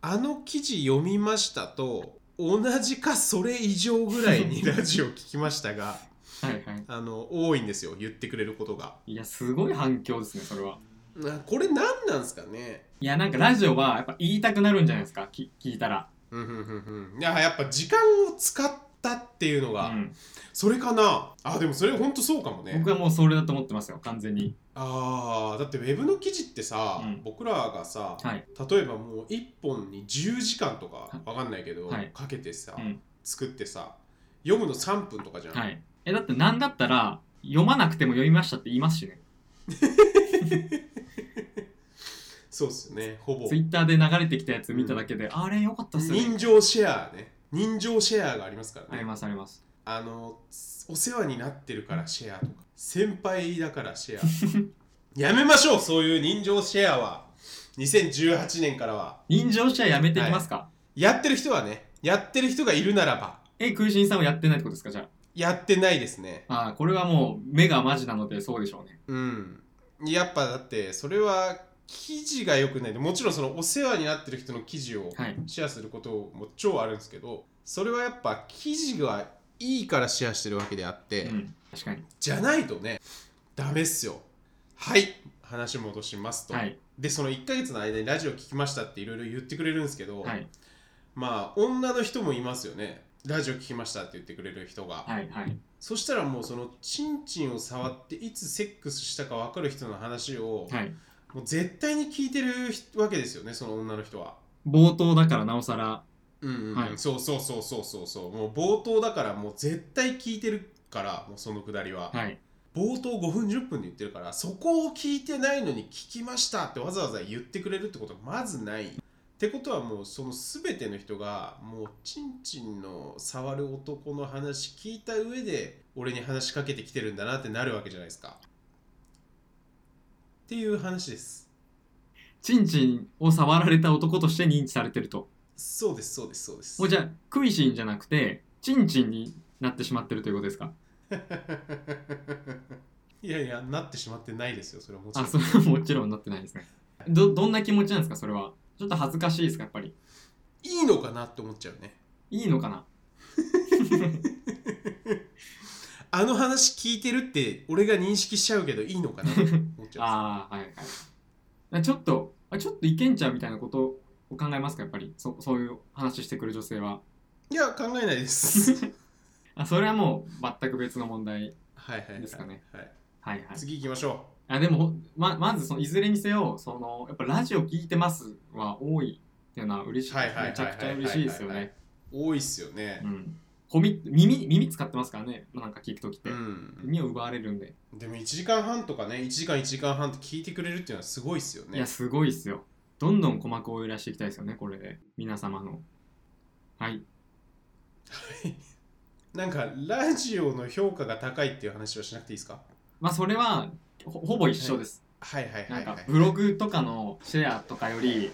Speaker 2: あの記事読みましたと同じかそれ以上ぐらいにラジオ聞きましたが
Speaker 1: はいはい
Speaker 2: あの多いんですよ言ってくれることが。
Speaker 1: いやすごい反響ですねそれは
Speaker 2: なこれ何なんですかね
Speaker 1: いやなんかラジオはやっぱ言いたくなるんじゃないですかき聞いたら
Speaker 2: うんうんうんうんいややっぱ時間を使ったったっていうの
Speaker 1: う
Speaker 2: が、
Speaker 1: ん、
Speaker 2: それかなあでもそれ本当そうかもね
Speaker 1: 僕はもうそれだと思ってますよ完全に
Speaker 2: あーだってウェブの記事ってさ、
Speaker 1: うん
Speaker 2: 僕らがさ、
Speaker 1: はい
Speaker 2: 例えばもう1本に10時間とかわかんないけど、
Speaker 1: はい
Speaker 2: かけてさ、
Speaker 1: うん
Speaker 2: 作ってさ読むの3分とかじゃん、
Speaker 1: はいえだって何だったら読まなくても読みましたって言いますしね
Speaker 2: そうっすねほぼ
Speaker 1: ツイッターで流れてきたやつ見ただけで、あれよかったっすね
Speaker 2: 人情シェアね人情シェアがありますから
Speaker 1: あ
Speaker 2: ね
Speaker 1: りますあります
Speaker 2: あのお世話になってるからシェアとか先輩だからシェア やめましょうそういう人情シェアは2018年からは
Speaker 1: 人情試合やめていきますか、
Speaker 2: やってる人はねやってる人がいるならば
Speaker 1: え空心さんはやってないってことですかじゃ
Speaker 2: やってないですね
Speaker 1: ああーこれはもう目がマジなのでそうでしょうね
Speaker 2: うんやっぱだってそれは記事が良くないもちろんそのお世話になってる人の記事を
Speaker 1: はい
Speaker 2: シェアすることも超あるんですけどそれはやっぱ記事がいいからシェアしてるわけであって、
Speaker 1: うん確かに
Speaker 2: じゃないとねダメっすよはい話戻しますと、
Speaker 1: はい
Speaker 2: でその1ヶ月の間にラジオ聞きましたっていろいろ言ってくれるんですけど、
Speaker 1: はい
Speaker 2: まあ女の人もいますよねラジオ聞きましたって言ってくれる人が、
Speaker 1: はいはい
Speaker 2: そしたらもうそのチンチンを触っていつセックスしたか分かる人の話を、
Speaker 1: はい
Speaker 2: もう絶対に聞いてる人わけですよねその女の人は。
Speaker 1: 冒頭だからなおさら
Speaker 2: うんうんうん
Speaker 1: はい
Speaker 2: そうそうそうそうそうそうもう冒頭だからもう絶対聞いてるからもうそのくだりは、
Speaker 1: はい
Speaker 2: 冒頭5分10分で言ってるからそこを聞いてないのに聞きましたってわざわざ言ってくれるってことはまずないってことはもうその全ての人がもうチンチンの触る男の話聞いた上で俺に話しかけてきてるんだなってなるわけじゃないですかっていう話です
Speaker 1: チンチンを触られた男として認知されてると
Speaker 2: そうですそうですそうです
Speaker 1: もうじゃあクイシンじゃなくてチンチンになってしまってるということですか
Speaker 2: いやいやなってしまってないですよそれはもちろ
Speaker 1: あ
Speaker 2: ん
Speaker 1: それはもちろんなってないですねどどんな気持ちなんですかそれはちょっと恥ずかしいですかやっぱり
Speaker 2: いいのかなって思っちゃうね
Speaker 1: いいのかな
Speaker 2: あの話聞いてるって俺が認識しちゃうけどいいのかなって思っちゃ う
Speaker 1: ああはいはいちょっとあちょっといけんちゃうみたいなことを考えますかやっぱりそそういう話してくる女性はい
Speaker 2: や考えないです
Speaker 1: あそれはもう全く別の問題
Speaker 2: はいはいはい、
Speaker 1: ですかね
Speaker 2: はい、
Speaker 1: はいはい
Speaker 2: 次行きましょ
Speaker 1: あでもままずそのいずれにせよそのやっぱラジオ聞いてますは多いっていうのは嬉しい
Speaker 2: はいはいはい
Speaker 1: めちゃくちゃ嬉しいですよ
Speaker 2: はいはい
Speaker 1: ね
Speaker 2: う多いっすよね
Speaker 1: うんコミ耳耳使ってますからねなんか聞くときって、
Speaker 2: うん、
Speaker 1: 耳を奪われるんで、
Speaker 2: でも1時間半とかね1時間1時間半って聞いてくれるっていうのはすごいっすよ
Speaker 1: い
Speaker 2: ね
Speaker 1: やすごいっすよどんどん鼓膜を揺らしていきたいですよねこれで皆様のはい
Speaker 2: なんかラジオの評価が高いっていう話はしなくていいですか
Speaker 1: まあそれはほほぼ一緒です、
Speaker 2: はいはいはい
Speaker 1: な
Speaker 2: は
Speaker 1: ん
Speaker 2: い
Speaker 1: かブログとかのシェアとかより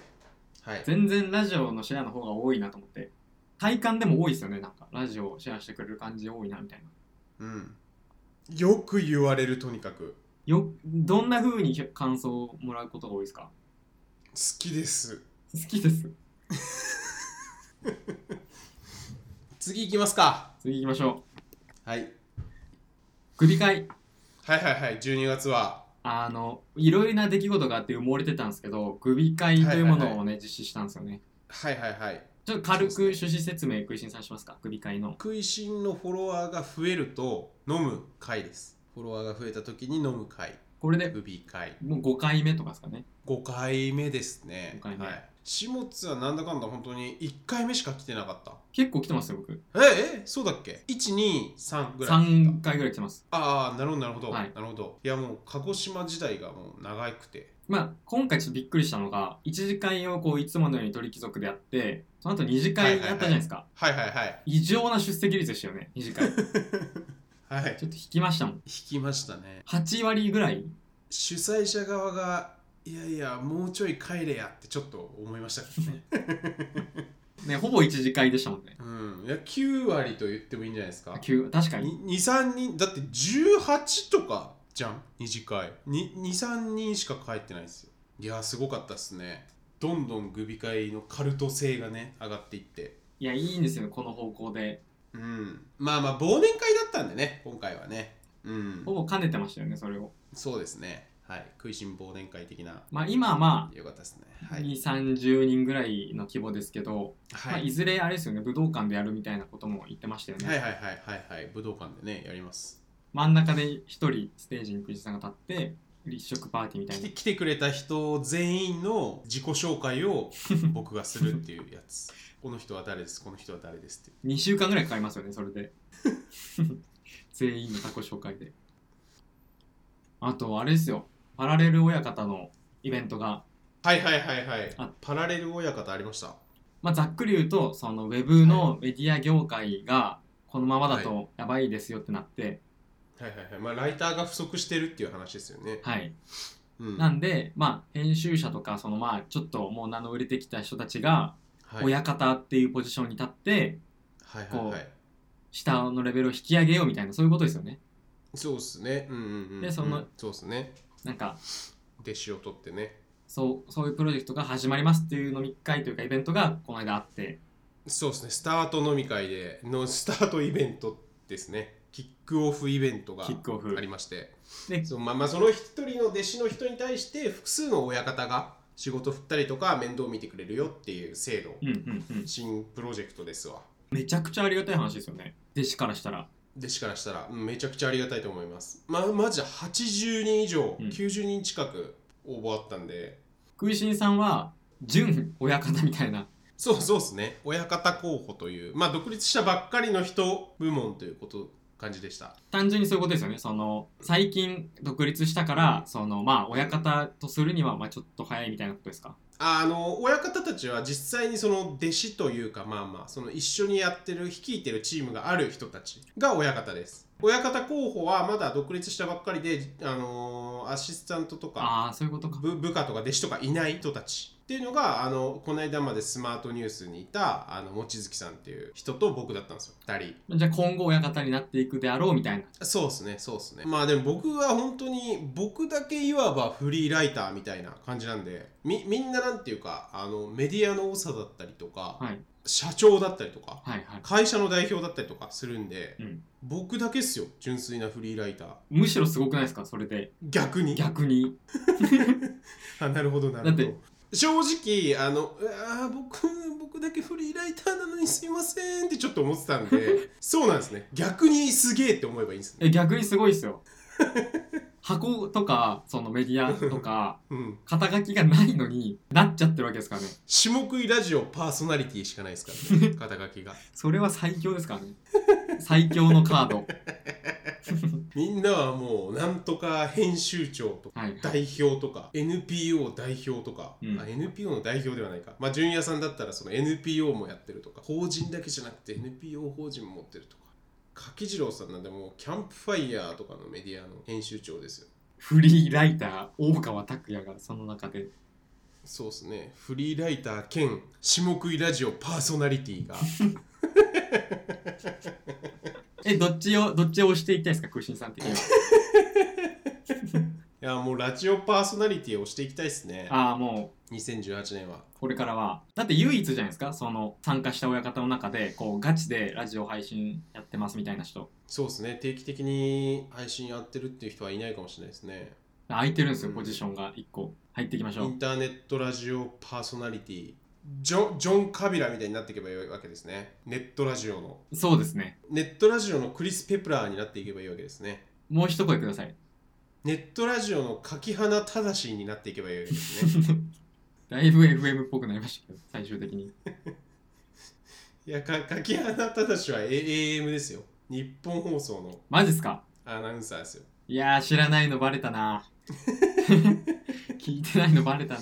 Speaker 2: はい
Speaker 1: 全然ラジオのシェアの方が多いなと思って体感でも多いですよねなんかラジオをシェアしてくれる感じ多いなみたいな
Speaker 2: うんよく言われるとにかく
Speaker 1: よどんな風に感想をもらうことが多いですか
Speaker 2: 好きです
Speaker 1: 好きです
Speaker 2: 次行きますか
Speaker 1: 次行きましょ
Speaker 2: はい、
Speaker 1: う首会
Speaker 2: はいはいはい12月は
Speaker 1: あのいろいろな出来事があって埋もれてたんですけど首会というものをね、
Speaker 2: はいは
Speaker 1: 実施したんですよね
Speaker 2: はいはいはい
Speaker 1: ちょっと軽く
Speaker 2: そうで
Speaker 1: 趣旨説明食いしんさんしますか首会の
Speaker 2: 食いしんのフォロワーが増えると飲む会ですフォロワーが増えた時に飲む会
Speaker 1: これで
Speaker 2: グビ会
Speaker 1: もう5回目とかですかね
Speaker 2: 5回目ですね
Speaker 1: 五回目
Speaker 2: はい、下津はなんだかんだ本当に1回目しか来てなかった
Speaker 1: 結構来てますよ僕
Speaker 2: ええそうだっけ123ぐらい来た
Speaker 1: 3回ぐらい来てます
Speaker 2: ああなるほどなるほど、
Speaker 1: はい
Speaker 2: なるほどいやもう鹿児島時代がもう長くて
Speaker 1: まあ、今回ちょっとびっくりしたのが1次会をこういつものように鳥貴族でやってその後2次会やったじゃないですか、
Speaker 2: はいはい はい
Speaker 1: 異常な出席率でしたよね2次会ちょっ
Speaker 2: はい
Speaker 1: と引きましたもん
Speaker 2: 引きましたね
Speaker 1: 8割ぐらい
Speaker 2: 主催者側がいやいやもうちょい帰れやってちょっと思いました けどね
Speaker 1: ねほぼ1次会でしたもんね
Speaker 2: うんいや9割と言ってもいいんじゃないですか
Speaker 1: 急確かに
Speaker 2: 23人だって18とかじゃん二次会23人しか帰ってないですよいやすごかったっすねどんどんグビ会のカルト性がね上がっていって
Speaker 1: いやいいんですよこの方向で
Speaker 2: うんまあまあ忘年会だったんでね今回はねうん
Speaker 1: ほぼ兼ねてましたよねそれを
Speaker 2: そうですねはい、食いしん忘年会的な、
Speaker 1: まあ、今はま
Speaker 2: よかったですね。
Speaker 1: あ、
Speaker 2: はい。
Speaker 1: 2、30人ぐらいの規模ですけど、ま
Speaker 2: は
Speaker 1: あ、い
Speaker 2: い、
Speaker 1: ずれあれですよね、武道館でやるみたいなことも言ってましたよね。
Speaker 2: はい、はい、はい、はい、はい、武道館でね、やります。
Speaker 1: 真ん中で1人ステージに藤井さんが立って、立食パーティーみた
Speaker 2: 来
Speaker 1: い
Speaker 2: て
Speaker 1: な。
Speaker 2: 来てくれた人全員の自己紹 介を僕がするっていうやつこの人は誰ですこの人は誰ですっていう
Speaker 1: 2週間ぐらいかかりますよね、それで。 全員の自己紹介で。あと、あれですよ、パラレル親方のイベントが、
Speaker 2: はいはいはいはい
Speaker 1: あ
Speaker 2: パラレル親方ありました
Speaker 1: まあ、ざっくり言うと、そのウェブのメディア業界が、このままだとやばいですよってなって、
Speaker 2: はいはいはいまあライターが不足してるっていう話ですよね、
Speaker 1: はい、
Speaker 2: うん
Speaker 1: なんで、まあ、編集者とかそのまあちょっともう名の売れてきた人たちが
Speaker 2: はい
Speaker 1: 親方っていうポジションに立って
Speaker 2: はいはいはい
Speaker 1: 下のレベルを引き上げようみたいなそういうことですよね。
Speaker 2: そうっすねうんうんうん
Speaker 1: でその
Speaker 2: うんそうっすね
Speaker 1: なんか
Speaker 2: 弟子を取ってね
Speaker 1: そうそういうプロジェクトが始まりますっていう飲み会というかイベントがこの間あって
Speaker 2: そうですねスタート飲み会でのスタートイベントですねキックオフイベントが
Speaker 1: キックオフ
Speaker 2: ありまして
Speaker 1: で
Speaker 2: そうまあまあその一人の弟子の人に対して複数の親方が仕事振ったりとか面倒見てくれるよっていう制度、
Speaker 1: うんうんうん
Speaker 2: 新プロジェクトですわ
Speaker 1: めちゃくちゃありがたい話ですよね弟子からしたら
Speaker 2: 弟子からしたらうんめちゃくちゃありがたいと思いますまあマジで80人以上、
Speaker 1: うん
Speaker 2: 90人近く応募あったんで
Speaker 1: 食いしんさんは純親方みたいな
Speaker 2: そうそうですね親方候補というまあ独立したばっかりの人部門ということ感じでした
Speaker 1: 単純にそういうことですよねその最近独立したからそのまあ親方とするにはまあちょっと早いみたいなことですか
Speaker 2: あの親方たちは実際にその弟子というかまあまあその一緒にやってる率いてるチームがある人たちが親方です親方候補はまだ独立したばっかりで、あのーアシスタントとか
Speaker 1: ああーそういうことか。
Speaker 2: 部部下とか弟子とかいない人たちっていうのがあのこの間までスマートニュースにいたあの望月さんっていう人と僕だったんですよ2人
Speaker 1: じゃあ今後親方になっていくであろうみたいな。
Speaker 2: そうですねそうですねまあでも僕は本当に僕だけいわばフリーライターみたいな感じなんでみみんななんていうかあのメディアの多さだったりとか、
Speaker 1: はい
Speaker 2: 社長だったりと
Speaker 1: は
Speaker 2: か
Speaker 1: いはい。
Speaker 2: 会社の代表だったりとかするんで、
Speaker 1: うん
Speaker 2: 僕だけっすよ純粋なフリーライター
Speaker 1: むしろすごくないですかそれで
Speaker 2: 逆に
Speaker 1: 逆に。
Speaker 2: あなるほどなるほ
Speaker 1: だっ
Speaker 2: ど正直あのうわー僕僕だけフリーライターなのにすいませんってちょっと思ってたん でそうなんですね逆にすげえって思えばいいんですね
Speaker 1: え逆にすごい ですよ。箱とかそのメディアとか
Speaker 2: うん
Speaker 1: 肩書きがないのになっちゃってるわけですからね。
Speaker 2: 下食いラジオパーソナリティしかないですからね肩書 きが
Speaker 1: それは最強ですからね。最強のカー ド。
Speaker 2: みんなはもうなんとか編集長とか
Speaker 1: はい。
Speaker 2: 代表とか NPO 代表とか、
Speaker 1: うん
Speaker 2: あ NPO の代表ではないかまあ純也さんだったらその NPO もやってるとか法人だけじゃなくて NPO 法人も持ってるとか柿次郎さんなんでもうキャンプファイヤーとかのメディアの編集長ですよ
Speaker 1: フリーライター大川拓也がその中で。
Speaker 2: そうですねフリーライター兼下食いラジオパーソナリテ ィが
Speaker 1: えどっちをどっちを押していきたいですか空心さん的には。
Speaker 2: いやもうラジオパーソナリティをしていきたいですね
Speaker 1: ああもう
Speaker 2: 2018年は
Speaker 1: これからはだって唯一じゃないですかその参加した親方の中でこうガチでラジオ配信やってますみたいな人
Speaker 2: そうですね定期的に配信やってるっていう人はいないかもしれないですね
Speaker 1: 空いてるんですよ、
Speaker 2: うん
Speaker 1: ポジションが1個入っていきまし
Speaker 2: イ
Speaker 1: ょう
Speaker 2: ンターネットラジオパーソナリティジョジョン・カビラみたいになっていけばいいわけですねネットラジオの
Speaker 1: そうですね
Speaker 2: ネットラジオのクリス・ペプラーになっていけばいいわけですね
Speaker 1: もう一声ください
Speaker 2: ネットラジオの柿花正になっていけばいいわけ ですね
Speaker 1: だいぶ FM っぽくなりましたけど最終的に
Speaker 2: いやか柿花正は A- AM ですよ日本放送の
Speaker 1: マジっすか
Speaker 2: アナウンサーですよ
Speaker 1: いやー知らないのバレた な聞いてないのバレたな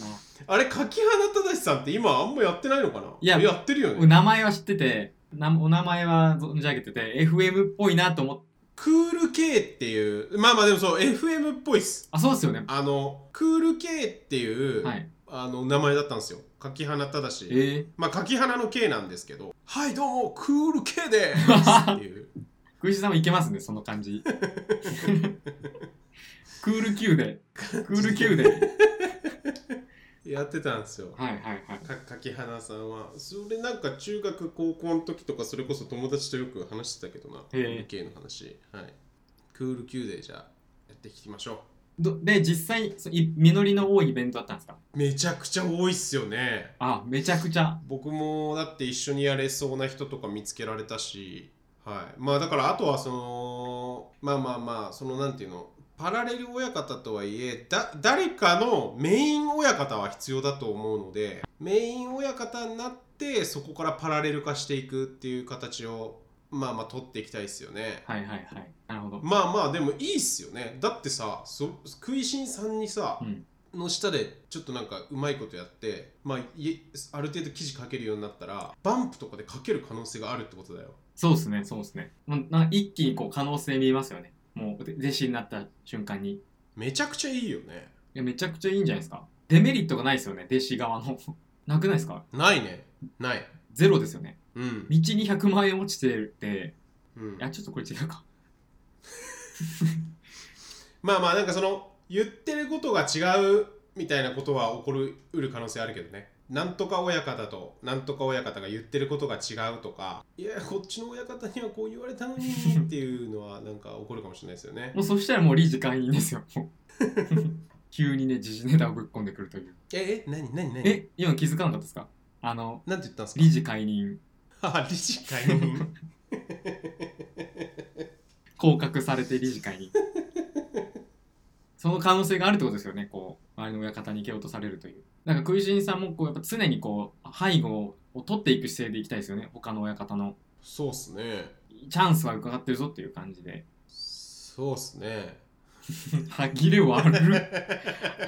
Speaker 2: あれ柿花正さんって今あんまやってないのかない
Speaker 1: や
Speaker 2: やってるよね
Speaker 1: 名前は知っててなお名前は存じ上げてて FM っぽいなと思って
Speaker 2: クール K っていうまあまあでもそう FM っぽいっす
Speaker 1: あそうですよね
Speaker 2: あのクール K っていう、
Speaker 1: はい
Speaker 2: あの名前だったんですよ柿花正
Speaker 1: えー、
Speaker 2: まあ柿花の K なんですけど「はいどうもクール K でーす」 っていう
Speaker 1: クイズさんもいけますね、その感 じ。クール Q で。クール Q で。
Speaker 2: やってたんですよ
Speaker 1: はいはいはい。
Speaker 2: か柿花さんはそれなんか中学高校の時とかそれこそ友達とよく話してたけどなク
Speaker 1: へ
Speaker 2: ール
Speaker 1: え
Speaker 2: K の話はいクール Q でじゃあやっていきましょ
Speaker 1: どで実際そい実りの多いイベントだったんですか
Speaker 2: めちゃくちゃ多いっすよね
Speaker 1: あめちゃくちゃ
Speaker 2: 僕もだって一緒にやれそうな人とか見つけられたし、はい、まあだからあとはそのまあまあまあそのなんていうのパラレル親方とはいえだ誰かのメイン親方は必要だと思うのでメイン親方になってそこからパラレル化していくっていう形をまあまあ取っていきたいですよね。
Speaker 1: はいはいはいなるほど
Speaker 2: まあまあでもいいっすよねだってさそ食いしんさんにさ、
Speaker 1: うん
Speaker 2: の下でちょっとなんかうまいことやって、まあ、いある程度記事書けるようになったらバンプとかで書ける可能性があるってことだよ
Speaker 1: そうですねそうですねもうな一気にこう可能性見えますよねもうで弟子になった瞬間にい
Speaker 2: めちゃくちゃいいよね
Speaker 1: やめちゃくちゃいいんじゃないですかデメリットがないですよね弟子側の なくないですか
Speaker 2: ないねない
Speaker 1: ゼロですよね
Speaker 2: うん、
Speaker 1: 道に100万円落ちてるって
Speaker 2: うん
Speaker 1: い、やちょっとこれ違うか
Speaker 2: まあまあなんかその言ってることが違うみたいなことは起こるうる可能性あるけどねなんとか親方となんとか親方が言ってることが違うとかいやこっちの親方にはこう言われたのにねっていうのはなんか起こるかもしれないですよね
Speaker 1: もうそしたらもう理事会員ですよ もう急にね時事ネタをぶっ込んでくるという
Speaker 2: ええ何何何
Speaker 1: え今気づかなかったですかあの
Speaker 2: なんて言ったんですか
Speaker 1: 理事解任
Speaker 2: あ理事会に
Speaker 1: 降格されて理事会にその可能性があるってことですよねこう周りの親方に蹴落とされるというなんか食いしんさんもこうやっぱ常にこう背後を取っていく姿勢でいきたいですよね他の親方の
Speaker 2: そうっすね
Speaker 1: チャンスは伺ってるぞっていう感じで
Speaker 2: そうっすね
Speaker 1: 歯切れ悪る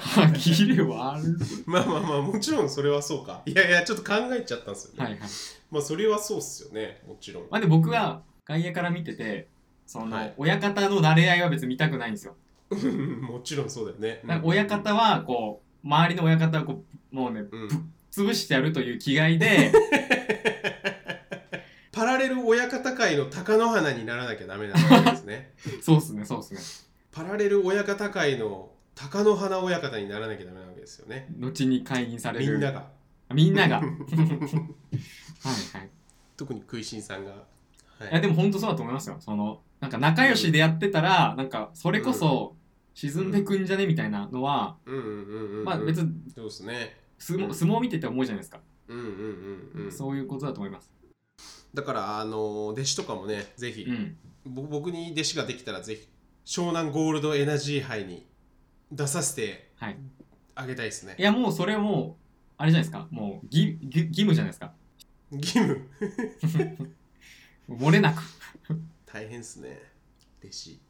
Speaker 1: 歯切れ悪る
Speaker 2: まあまあまあもちろんそれはそうかいやいやちょっと考えちゃったんですよね、
Speaker 1: はいはい
Speaker 2: まあそれはそうっすよねもちろん
Speaker 1: まあで僕は外野から見ててその、
Speaker 2: はい
Speaker 1: 親方の慣れ合いは別に見たくないんですよ
Speaker 2: うん もちろんそうだよね
Speaker 1: なんか親方はこう周りの親方をこうもうね
Speaker 2: うん
Speaker 1: 潰してやるという気概 で
Speaker 2: パラレル親方界の貴乃花にならなきゃダメなんですね
Speaker 1: そうっすねそうっすね
Speaker 2: パラレル親方界の貴乃花親方にならなきゃダメなわけですよね
Speaker 1: 後に解任され
Speaker 2: み
Speaker 1: る
Speaker 2: んなが
Speaker 1: みんな がはいはい
Speaker 2: 特に食いしんさんが、はい
Speaker 1: いやでも本当そうだと思いますよそのなんか仲良しでやってたら、なんかそれこそ沈んでくんじゃねみたいなのは、
Speaker 2: うんうんうんうん、うん、
Speaker 1: まあ別に
Speaker 2: そうっすね
Speaker 1: 相
Speaker 2: う
Speaker 1: 撲
Speaker 2: ん
Speaker 1: 相撲見てて思うじゃないですか、
Speaker 2: うんうんうんうん
Speaker 1: そういうことだと思います
Speaker 2: だからあの弟子とかもねぜひ、
Speaker 1: うん
Speaker 2: ぼ僕に弟子ができたらぜひ湘南ゴールドエナジー杯に出させて
Speaker 1: はい
Speaker 2: あげたいですね
Speaker 1: いやもうそれもうあれじゃないですかもう義義義務じゃないですか
Speaker 2: 義務
Speaker 1: 漏れなく
Speaker 2: 大変ですね弟子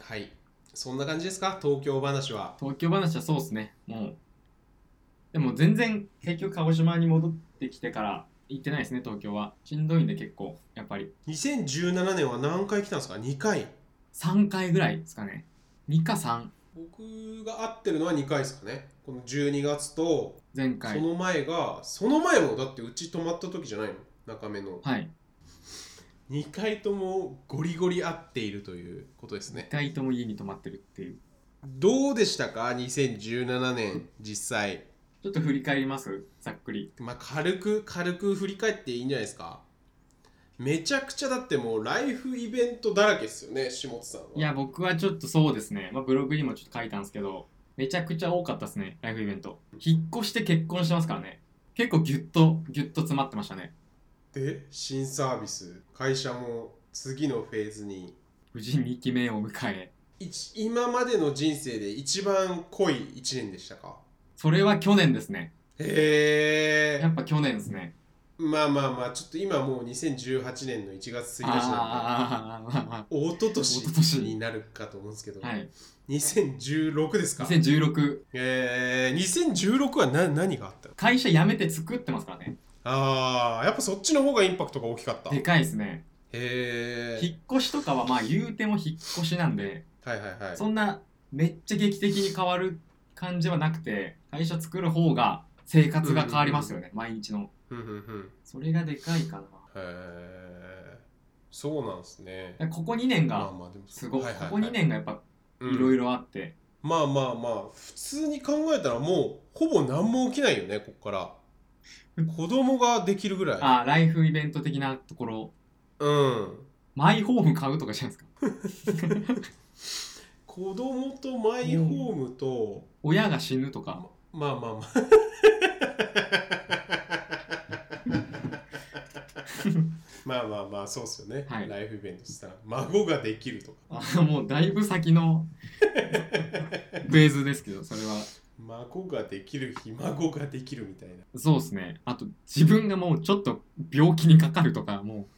Speaker 2: はいそんな感じですか東京話は
Speaker 1: 東京話はそうですねもうでも全然結局鹿児島に戻ってきてから行ってないですね東京はしんどいんで結構やっぱり
Speaker 2: 2017年は何回来たんですか2回
Speaker 1: 3回ぐらいですかね2か3
Speaker 2: 僕が会ってるのは2回ですかねこの12月と
Speaker 1: 前
Speaker 2: そ
Speaker 1: 回
Speaker 2: の前が、その前もだってうち泊まった時じゃないの中目の
Speaker 1: はい
Speaker 2: 2回ともゴリゴリ会っているということですね
Speaker 1: 2回とも家に泊まってるっていう
Speaker 2: どうでしたか2017年実際
Speaker 1: ちょっと振り返りますざっくり
Speaker 2: まあ軽く軽く振り返っていいんじゃないですかめちゃくちゃだってもうライフイベントだらけですよね下津さんはい
Speaker 1: や僕はちょっとそうですね、まあ、ブログにもちょっと書いたんですけどめちゃくちゃ多かったですねライフイベント引っ越して結婚してますからね結構ギュッとギュッと詰まってましたね
Speaker 2: で新サービス会社も次のフェーズに
Speaker 1: 無事2期目を迎え
Speaker 2: 一今までの人生で一番濃い1年でしたか
Speaker 1: それは去年ですね
Speaker 2: へ
Speaker 1: や
Speaker 2: え
Speaker 1: っぱ去年ですね
Speaker 2: まあまあまあちょっと今もう2018年の1月過ぎだしなんで
Speaker 1: あーあーあーあ
Speaker 2: 一昨年
Speaker 1: 一昨年
Speaker 2: になるかと思うんですけど、
Speaker 1: ーはい
Speaker 2: 2016ですか
Speaker 1: 2016
Speaker 2: えー、2016はな何があったの
Speaker 1: 会社辞めて作ってますからね
Speaker 2: あーやっぱそっちの方がインパクトが大きかった
Speaker 1: で
Speaker 2: へ
Speaker 1: かいですね
Speaker 2: え
Speaker 1: 引っ越しとかはまあ言うても引っ越しなんで
Speaker 2: はいはいはい
Speaker 1: そんなめっちゃ劇的に変わる感じはなくて会社作る方が生活が変わりますよね、毎日の
Speaker 2: うんうんうん
Speaker 1: それがでかいかな
Speaker 2: へえそうなんですね
Speaker 1: ここ2年
Speaker 2: まあ
Speaker 1: が
Speaker 2: まあでも
Speaker 1: すごい,、
Speaker 2: はいはいはい
Speaker 1: ここ2年がやっぱ
Speaker 2: うん
Speaker 1: いろいろあって、
Speaker 2: まあまあまあ普通に考えたらもうほぼ何も起きないよねこっから子供ができるぐらい
Speaker 1: ああライフイベント的なところ
Speaker 2: うん
Speaker 1: マイホーム買うとかじゃないですか
Speaker 2: 子供とマイホームと、
Speaker 1: 親が死ぬとか
Speaker 2: まあまあまあまあまあまあそうっすよね、
Speaker 1: はい
Speaker 2: ライフイベントしたら孫ができるとか
Speaker 1: あもうだいぶ先 のフェーズですけどそれは
Speaker 2: 孫ができるひ孫ができるみたいな
Speaker 1: そうですねあと自分がもうちょっと病気にかかるとかも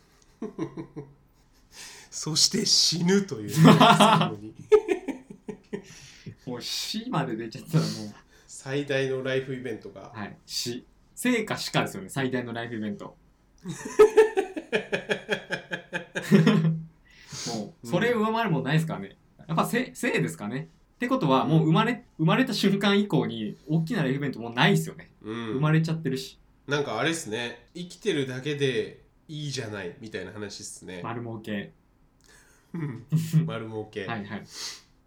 Speaker 2: そして死ぬとい う最後に
Speaker 1: うもう死まで出ちゃったらもう
Speaker 2: 最大のライフイベントが、
Speaker 1: はい、死生か死かですよね最大のライフイベントもうそれ上回るもんないですからねやっぱ生生ですかねってことはもう生まれ生まれた瞬間以降に大きなライフイベントもうないですよね
Speaker 2: うん
Speaker 1: 生まれちゃってるし
Speaker 2: なんかあれっすね生きてるだけでいいじゃないみたいな話っすね、
Speaker 1: 丸儲け
Speaker 2: うん丸儲け、
Speaker 1: はいはい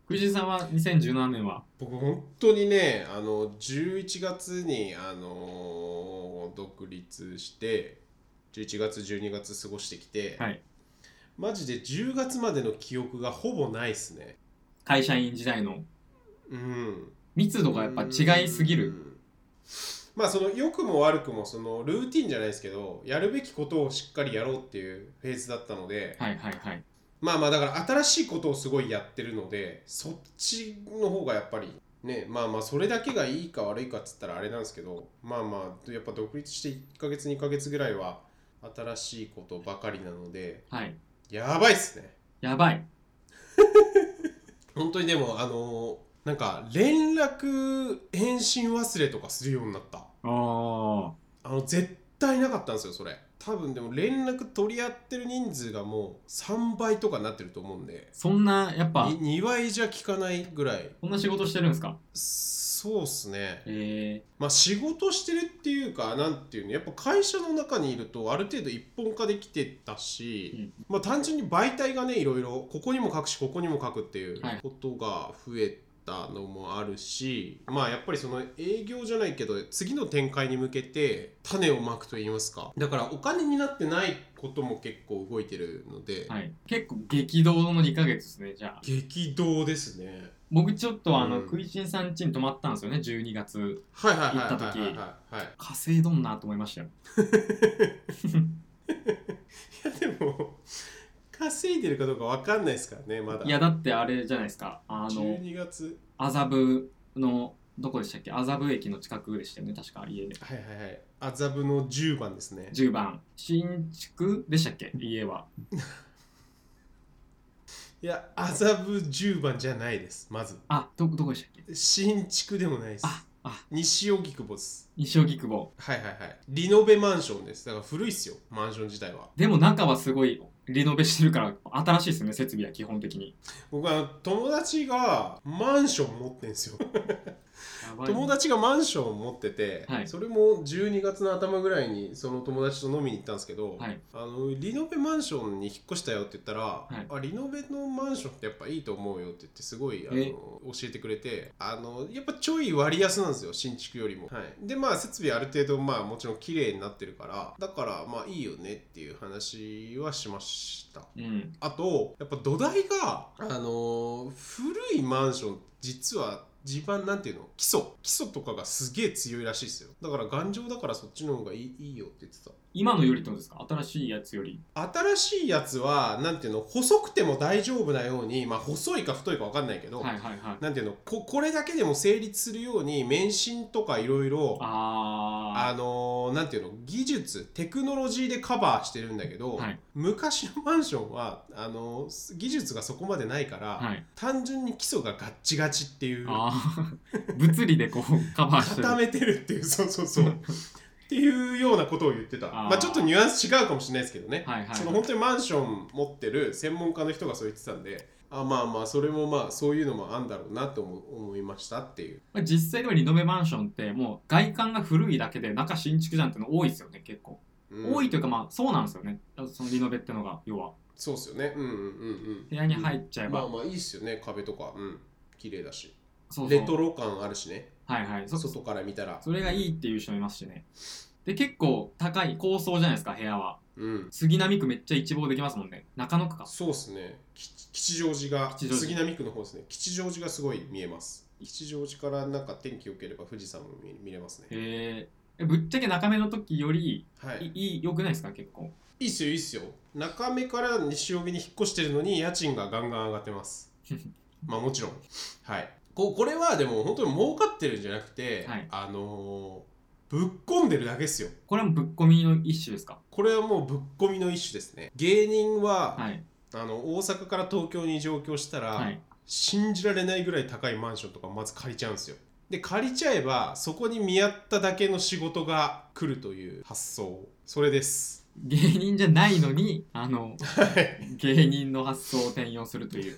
Speaker 1: 藤井さんは2017年は
Speaker 2: 僕本当にねあの11月にあのー独立して11月12月過ごしてきて、
Speaker 1: はい
Speaker 2: マジで10月までの記憶がほぼないっすね
Speaker 1: 会社員時代の
Speaker 2: うん
Speaker 1: 密度がやっぱ違いすぎ
Speaker 2: う
Speaker 1: る
Speaker 2: んまあその良くも悪くもそのルーティンじゃないですけどやるべきことをしっかりやろうっていうフェーズだったので、
Speaker 1: はいはいはい
Speaker 2: まあまあだから新しいことをすごいやってるのでそっちの方がやっぱりねまあまあそれだけがいいか悪いかっつったらあれなんですけどまあまあやっぱ独立して1ヶ月2ヶ月ぐらいは新しいことばかりなので
Speaker 1: はい
Speaker 2: やばいっすね
Speaker 1: やばい
Speaker 2: 本当にでもあのーなんか連絡返信忘れとかするようになった
Speaker 1: あ
Speaker 2: あの絶対なかったんですよそれ多分でも連絡取り合ってる人数がもう3倍とかになってると思うんで
Speaker 1: そんなやっぱ
Speaker 2: 2倍じゃ効かないぐらい
Speaker 1: こんな仕事してるんですか
Speaker 2: そうっすね。
Speaker 1: え
Speaker 2: まあ仕事してるっていうか、なんていうの、やっぱ会社の中にいるとある程度一本化できてたし、まあ単純に媒体がね、いろいろ、ここにも書くし、ここにも書くっていう
Speaker 1: はい
Speaker 2: ことが増えたのもあるし、まあやっぱりその営業じゃないけど、次の展開に向けて種をまくと言いますか。だからお金になってないことも結構動いてるので、
Speaker 1: ーはい、結構激動の2ヶ月ですねじゃあ
Speaker 2: 激動ですね。
Speaker 1: 僕ちょっとあの、
Speaker 2: うん
Speaker 1: クイチンさん家に泊まったんですよね12月
Speaker 2: はいはいはいはい
Speaker 1: 行った時
Speaker 2: はいはい、はい。
Speaker 1: 稼いどんなと思いましたよ
Speaker 2: い やでも稼いでるかどうかわかんないですからねまだ
Speaker 1: いやだってあれじゃないですかあの
Speaker 2: 12月
Speaker 1: 麻布のどこでしたっけ麻布駅の近くでしたよね確か家で
Speaker 2: はいはいはい麻布の10番ですね
Speaker 1: 10番新築でしたっけ家はい
Speaker 2: や麻布10番じゃないですまず
Speaker 1: あどどこでしたっけ
Speaker 2: 新築でもないです
Speaker 1: ああ
Speaker 2: 西荻窪です
Speaker 1: 西荻窪
Speaker 2: はいはいはいリノベマンションですだから古いっすよマンション自体は
Speaker 1: でも中はすごいリノベしてるから新しいですよね設備は基本的に
Speaker 2: 僕はあの友達がマンション持ってんすよ
Speaker 1: やばい
Speaker 2: 友達がマンションを持ってて、
Speaker 1: はい
Speaker 2: それも12月の頭ぐらいにその友達と飲みに行ったんですけど、
Speaker 1: はい
Speaker 2: あのリノベマンションに引っ越したよって言ったら、
Speaker 1: い
Speaker 2: あリノベのマンションってやっぱいいと思うよって言ってすごいあの
Speaker 1: え
Speaker 2: 教えてくれてあのやっぱちょい割安なんですよ新築よりも、はい、でまあ設備ある程度まあもちろん綺麗になってるからだからまあいいよねっていう話はしました
Speaker 1: うん
Speaker 2: あとやっぱ土台が、あのー古いマンション実は地盤なんていうの基礎基礎とかがすげえ強いらしいですよだから頑丈だからそっちの方がいいいいよって言ってた
Speaker 1: 今のよりってことですか新しいやつより
Speaker 2: 新しいやつはなんていうの細くても大丈夫なようにまあ細いか太いか分かんないけど、
Speaker 1: はいはいはい
Speaker 2: なんていうのここれだけでも成立するように免震とかいろいろあ
Speaker 1: あ
Speaker 2: のーなんていうの技術テクノロジーでカバーしてるんだけど、
Speaker 1: はい
Speaker 2: 昔のマンションはあのー技術がそこまでないから、
Speaker 1: あはい
Speaker 2: 単純に基礎がガッチガチっていう
Speaker 1: ああ 物理でこうカバーしてる
Speaker 2: 固めてるっていうそうそ うそうっていうようなことを言ってた
Speaker 1: あー
Speaker 2: まあちょっとニュアンス違うかもしれないですけどね、
Speaker 1: はいはい
Speaker 2: その本当にマンション持ってる専門家の人がそう言ってたんであまあまあそれもまあそういうのもあんだろうなと思思いましたっていう
Speaker 1: まあ実際でもリノベマンションってもう外観が古いだけで中新築じゃんっての多いですよね結構、
Speaker 2: うん
Speaker 1: 多いというかまあそうなんですよねそのリノベってのが要は
Speaker 2: そうっすよねうんうんうん
Speaker 1: 部
Speaker 2: うん
Speaker 1: 屋に入っちゃえば、
Speaker 2: まあまあいいっすよね壁とかうん綺麗だし
Speaker 1: そうそう
Speaker 2: レトロ感あるしね
Speaker 1: はいはいそ
Speaker 2: 外から見たら
Speaker 1: それがい
Speaker 2: い
Speaker 1: いっていう人もいますしねで結構高い高層じゃないですか部屋は
Speaker 2: ううん
Speaker 1: 杉並区めっちゃ一望できますもんね中野区か
Speaker 2: そうですねき吉祥寺が
Speaker 1: 吉祥寺
Speaker 2: 杉並区の方ですね吉祥寺がすごい見えます吉祥寺からなんか天気良ければ富士山も見見れますね
Speaker 1: へえぶっちゃけ中目の時より
Speaker 2: はいい
Speaker 1: いい良くないですか結構
Speaker 2: いいっすよいいっすよ中目から西荻に引っ越してるのに家賃がガンガン上がってます まあもちろんはいここれはでも本当に儲かってるんじゃなくて、
Speaker 1: はい
Speaker 2: あのーぶっ込んでるだけですよ
Speaker 1: これはぶっ込みの一種ですか
Speaker 2: これはもうぶっ込みの一種ですね芸人は、
Speaker 1: はい
Speaker 2: あの大阪から東京に上京したら、
Speaker 1: はい
Speaker 2: 信じられないぐらい高いマンションとかまず借りちゃうんですよで借りちゃえばそこに見合っただけの仕事が来るという発想それです
Speaker 1: 芸人じゃないのにあの
Speaker 2: はい
Speaker 1: 芸人の発想を転用するという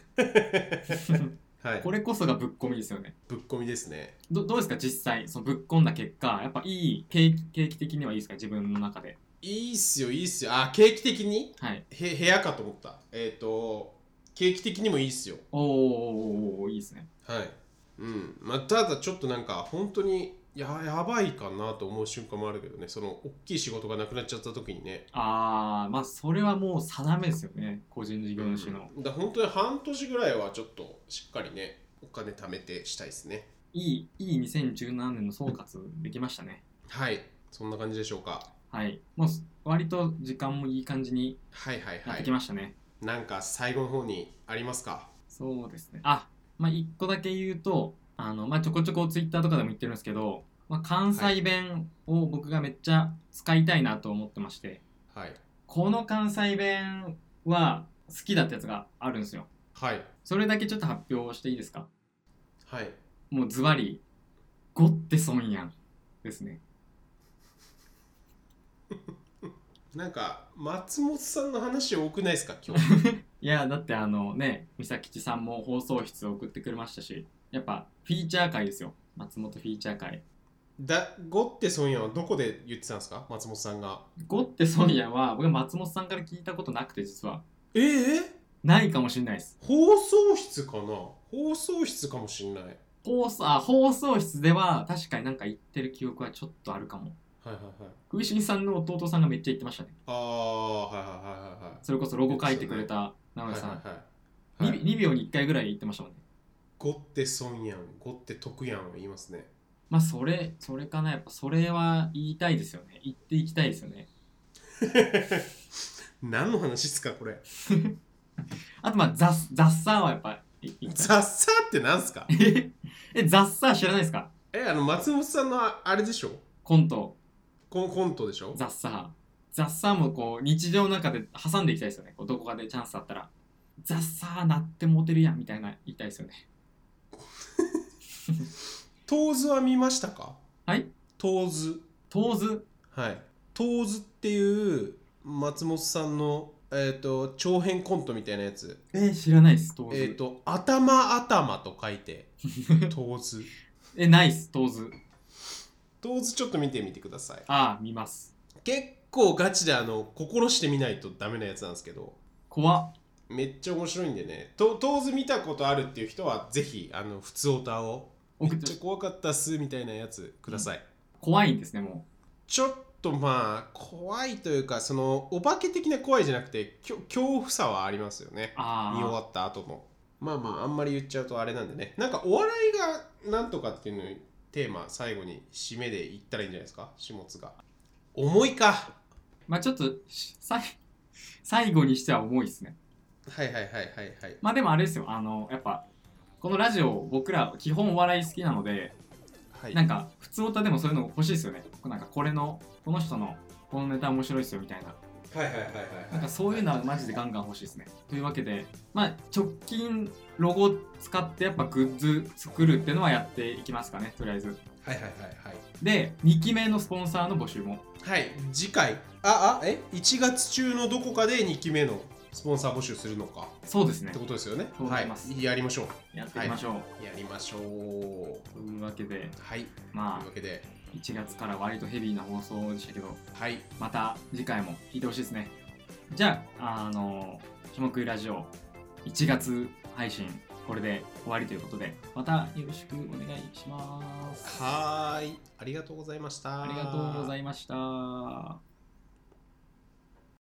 Speaker 2: はい
Speaker 1: これこそがぶっ込みですよね
Speaker 2: ぶっ込みですね
Speaker 1: どどうですか実際そのぶっ込んだ結果やっぱいい景気景気的にはいいですか自分の中で
Speaker 2: いいっすよいいっすよあ景気的に
Speaker 1: はい
Speaker 2: へ部屋かと思ったえっ、と景気的にもいいっすよ
Speaker 1: おーおーおーおーいいですね
Speaker 2: はいうんまあただちょっとなんか本当にややばいかなと思う瞬間もあるけどねその大きい仕事がなくなっちゃった時にね
Speaker 1: ああまあそれはもう定めですよね個人事業主の、
Speaker 2: うんだから本当に半年ぐらいはちょっとしっかりねお金貯めてしたいですね
Speaker 1: いいいい2017年の総括できましたね
Speaker 2: はいそんな感じでしょうか
Speaker 1: はいもう割と時間もいい感じに
Speaker 2: はいはい
Speaker 1: なっ
Speaker 2: は
Speaker 1: てき
Speaker 2: い
Speaker 1: ましたね、
Speaker 2: なんか最後の方にありますか
Speaker 1: そうですねあまあ一個だけ言うとあのまあちょこちょこツイッターとかでも言ってるんですけど、まあ、関西弁を僕がめっちゃ使いたいなと思ってまして、
Speaker 2: はい
Speaker 1: この関西弁は好きだったやつがあるんですよ
Speaker 2: はい
Speaker 1: それだけちょっと発表していいですか
Speaker 2: はい
Speaker 1: もうズバリ「ごって損やん」ですね
Speaker 2: なんか松本さんの話多くないですか今日
Speaker 1: いやだってあのね三崎吉さんも放送室送ってくれましたしやっぱフィーチャー会ですよ松本フィーチャー会
Speaker 2: だゴってソンヤはどこで言ってたんですか松本さんが
Speaker 1: 「ごって損やん」は僕は松本さんから聞いたことなくて実は
Speaker 2: ええ
Speaker 1: ないかもしれないです
Speaker 2: 放送室かな放送室かもしんないはい
Speaker 1: 放送あ放送室では確かになんか言ってる記憶はちょっとあるかも
Speaker 2: はいはい
Speaker 1: 食いしんさんの弟さんがめっちゃ言ってましたね
Speaker 2: ああはいはいはいはい
Speaker 1: それこそロゴ書いてくれた直
Speaker 2: はい
Speaker 1: 江さん、
Speaker 2: はいはいはい
Speaker 1: に 2, 秒に1回ぐらい言ってましたもんね。
Speaker 2: ゴって損やん、ゴって得やんは言います ね。
Speaker 1: まあそれ、それかな、やっぱそれは言いたいですよね。言っていきたいですよね。
Speaker 2: 何の話っすか、これ。
Speaker 1: あとまあ雑、雑さはやっぱい言いたい
Speaker 2: ザッサーってなんすか
Speaker 1: え、雑さ知らないですか
Speaker 2: え、あの、松本さんのああれでしょ
Speaker 1: コント、
Speaker 2: コンコントでしょ
Speaker 1: 雑さ。雑さもこう日常の中で挟んでいきたいですよね。こうどこかでチャンスあったら。雑さなってモテるやんみたいな言いたいですよね。
Speaker 2: 東図は見ましたか
Speaker 1: はい
Speaker 2: 東図。
Speaker 1: 当図
Speaker 2: はい。東図っていう松本さんの、えっ、と、長編コントみたいなやつ。
Speaker 1: えー知らないです、当図。
Speaker 2: えっ、と、頭頭と書いて、東図。
Speaker 1: え、ないっす、当図。
Speaker 2: 東図ちょっと見てみてください。
Speaker 1: ああ、見ます。
Speaker 2: 結構ガチで、あの、心してみないとダメなやつなんですけど。
Speaker 1: 怖っ。
Speaker 2: めっちゃ面白いんでねと当図見たことあるっていう人はぜひあの普通オタをめ
Speaker 1: 送
Speaker 2: っ
Speaker 1: っ
Speaker 2: ちゃ
Speaker 1: て
Speaker 2: 怖かったっすみたいなやつください、
Speaker 1: 怖いんですね、も
Speaker 2: ちょっとまあ怖いというかそのお化け的な怖いじゃなくてきょ恐怖さはありますよね
Speaker 1: う。ああ。
Speaker 2: 見終わった後もまあまああんまり言っちゃうとあれなんでねなんかお笑いがなんとかっていうのにテーマ最後に締めで言ったらいいんじゃないですか始末が重いか
Speaker 1: まあちょっとしさい 最後にしては重いですね。
Speaker 2: はいはいはいはいはい
Speaker 1: まあでもあれですよ、あの、やっぱ、このラジオ、僕ら基本お笑い好きなので、
Speaker 2: はい
Speaker 1: なんか、普通歌でもそういうの欲しいですよね。なんか、これの、この人の、このネタ面白いですよみたいな。
Speaker 2: はいはいはいはいはい
Speaker 1: なんか、そういうのはマジでガンガン欲しいですね。というわけで、まあ、直近ロゴ使ってやっぱグッズ作るっていうのはやっていきますかね、とりあえず。
Speaker 2: はいはいはいはい
Speaker 1: で、2期目のスポンサーの募集も。
Speaker 2: はい、次回、あ、あ、え、1月中のどこかで2期目のスポンサー募集するのか
Speaker 1: そうですね
Speaker 2: って。ことですよね。
Speaker 1: そう思
Speaker 2: はい
Speaker 1: ます
Speaker 2: い、やりましょ
Speaker 1: やっていきましょう。
Speaker 2: う。やりましょう。
Speaker 1: というわけで、
Speaker 2: はい、とい
Speaker 1: ま
Speaker 2: うわけで、
Speaker 1: あ、1月から割とヘビーな放送でしたけど、
Speaker 2: はい、
Speaker 1: また次回も聞いてほしいですねじゃああの「種目ラジオ」1月配信これで終わりということでまたよろしくお願いします
Speaker 2: はーい、ありがとうございました。
Speaker 1: ありがとうござ
Speaker 2: い
Speaker 1: いました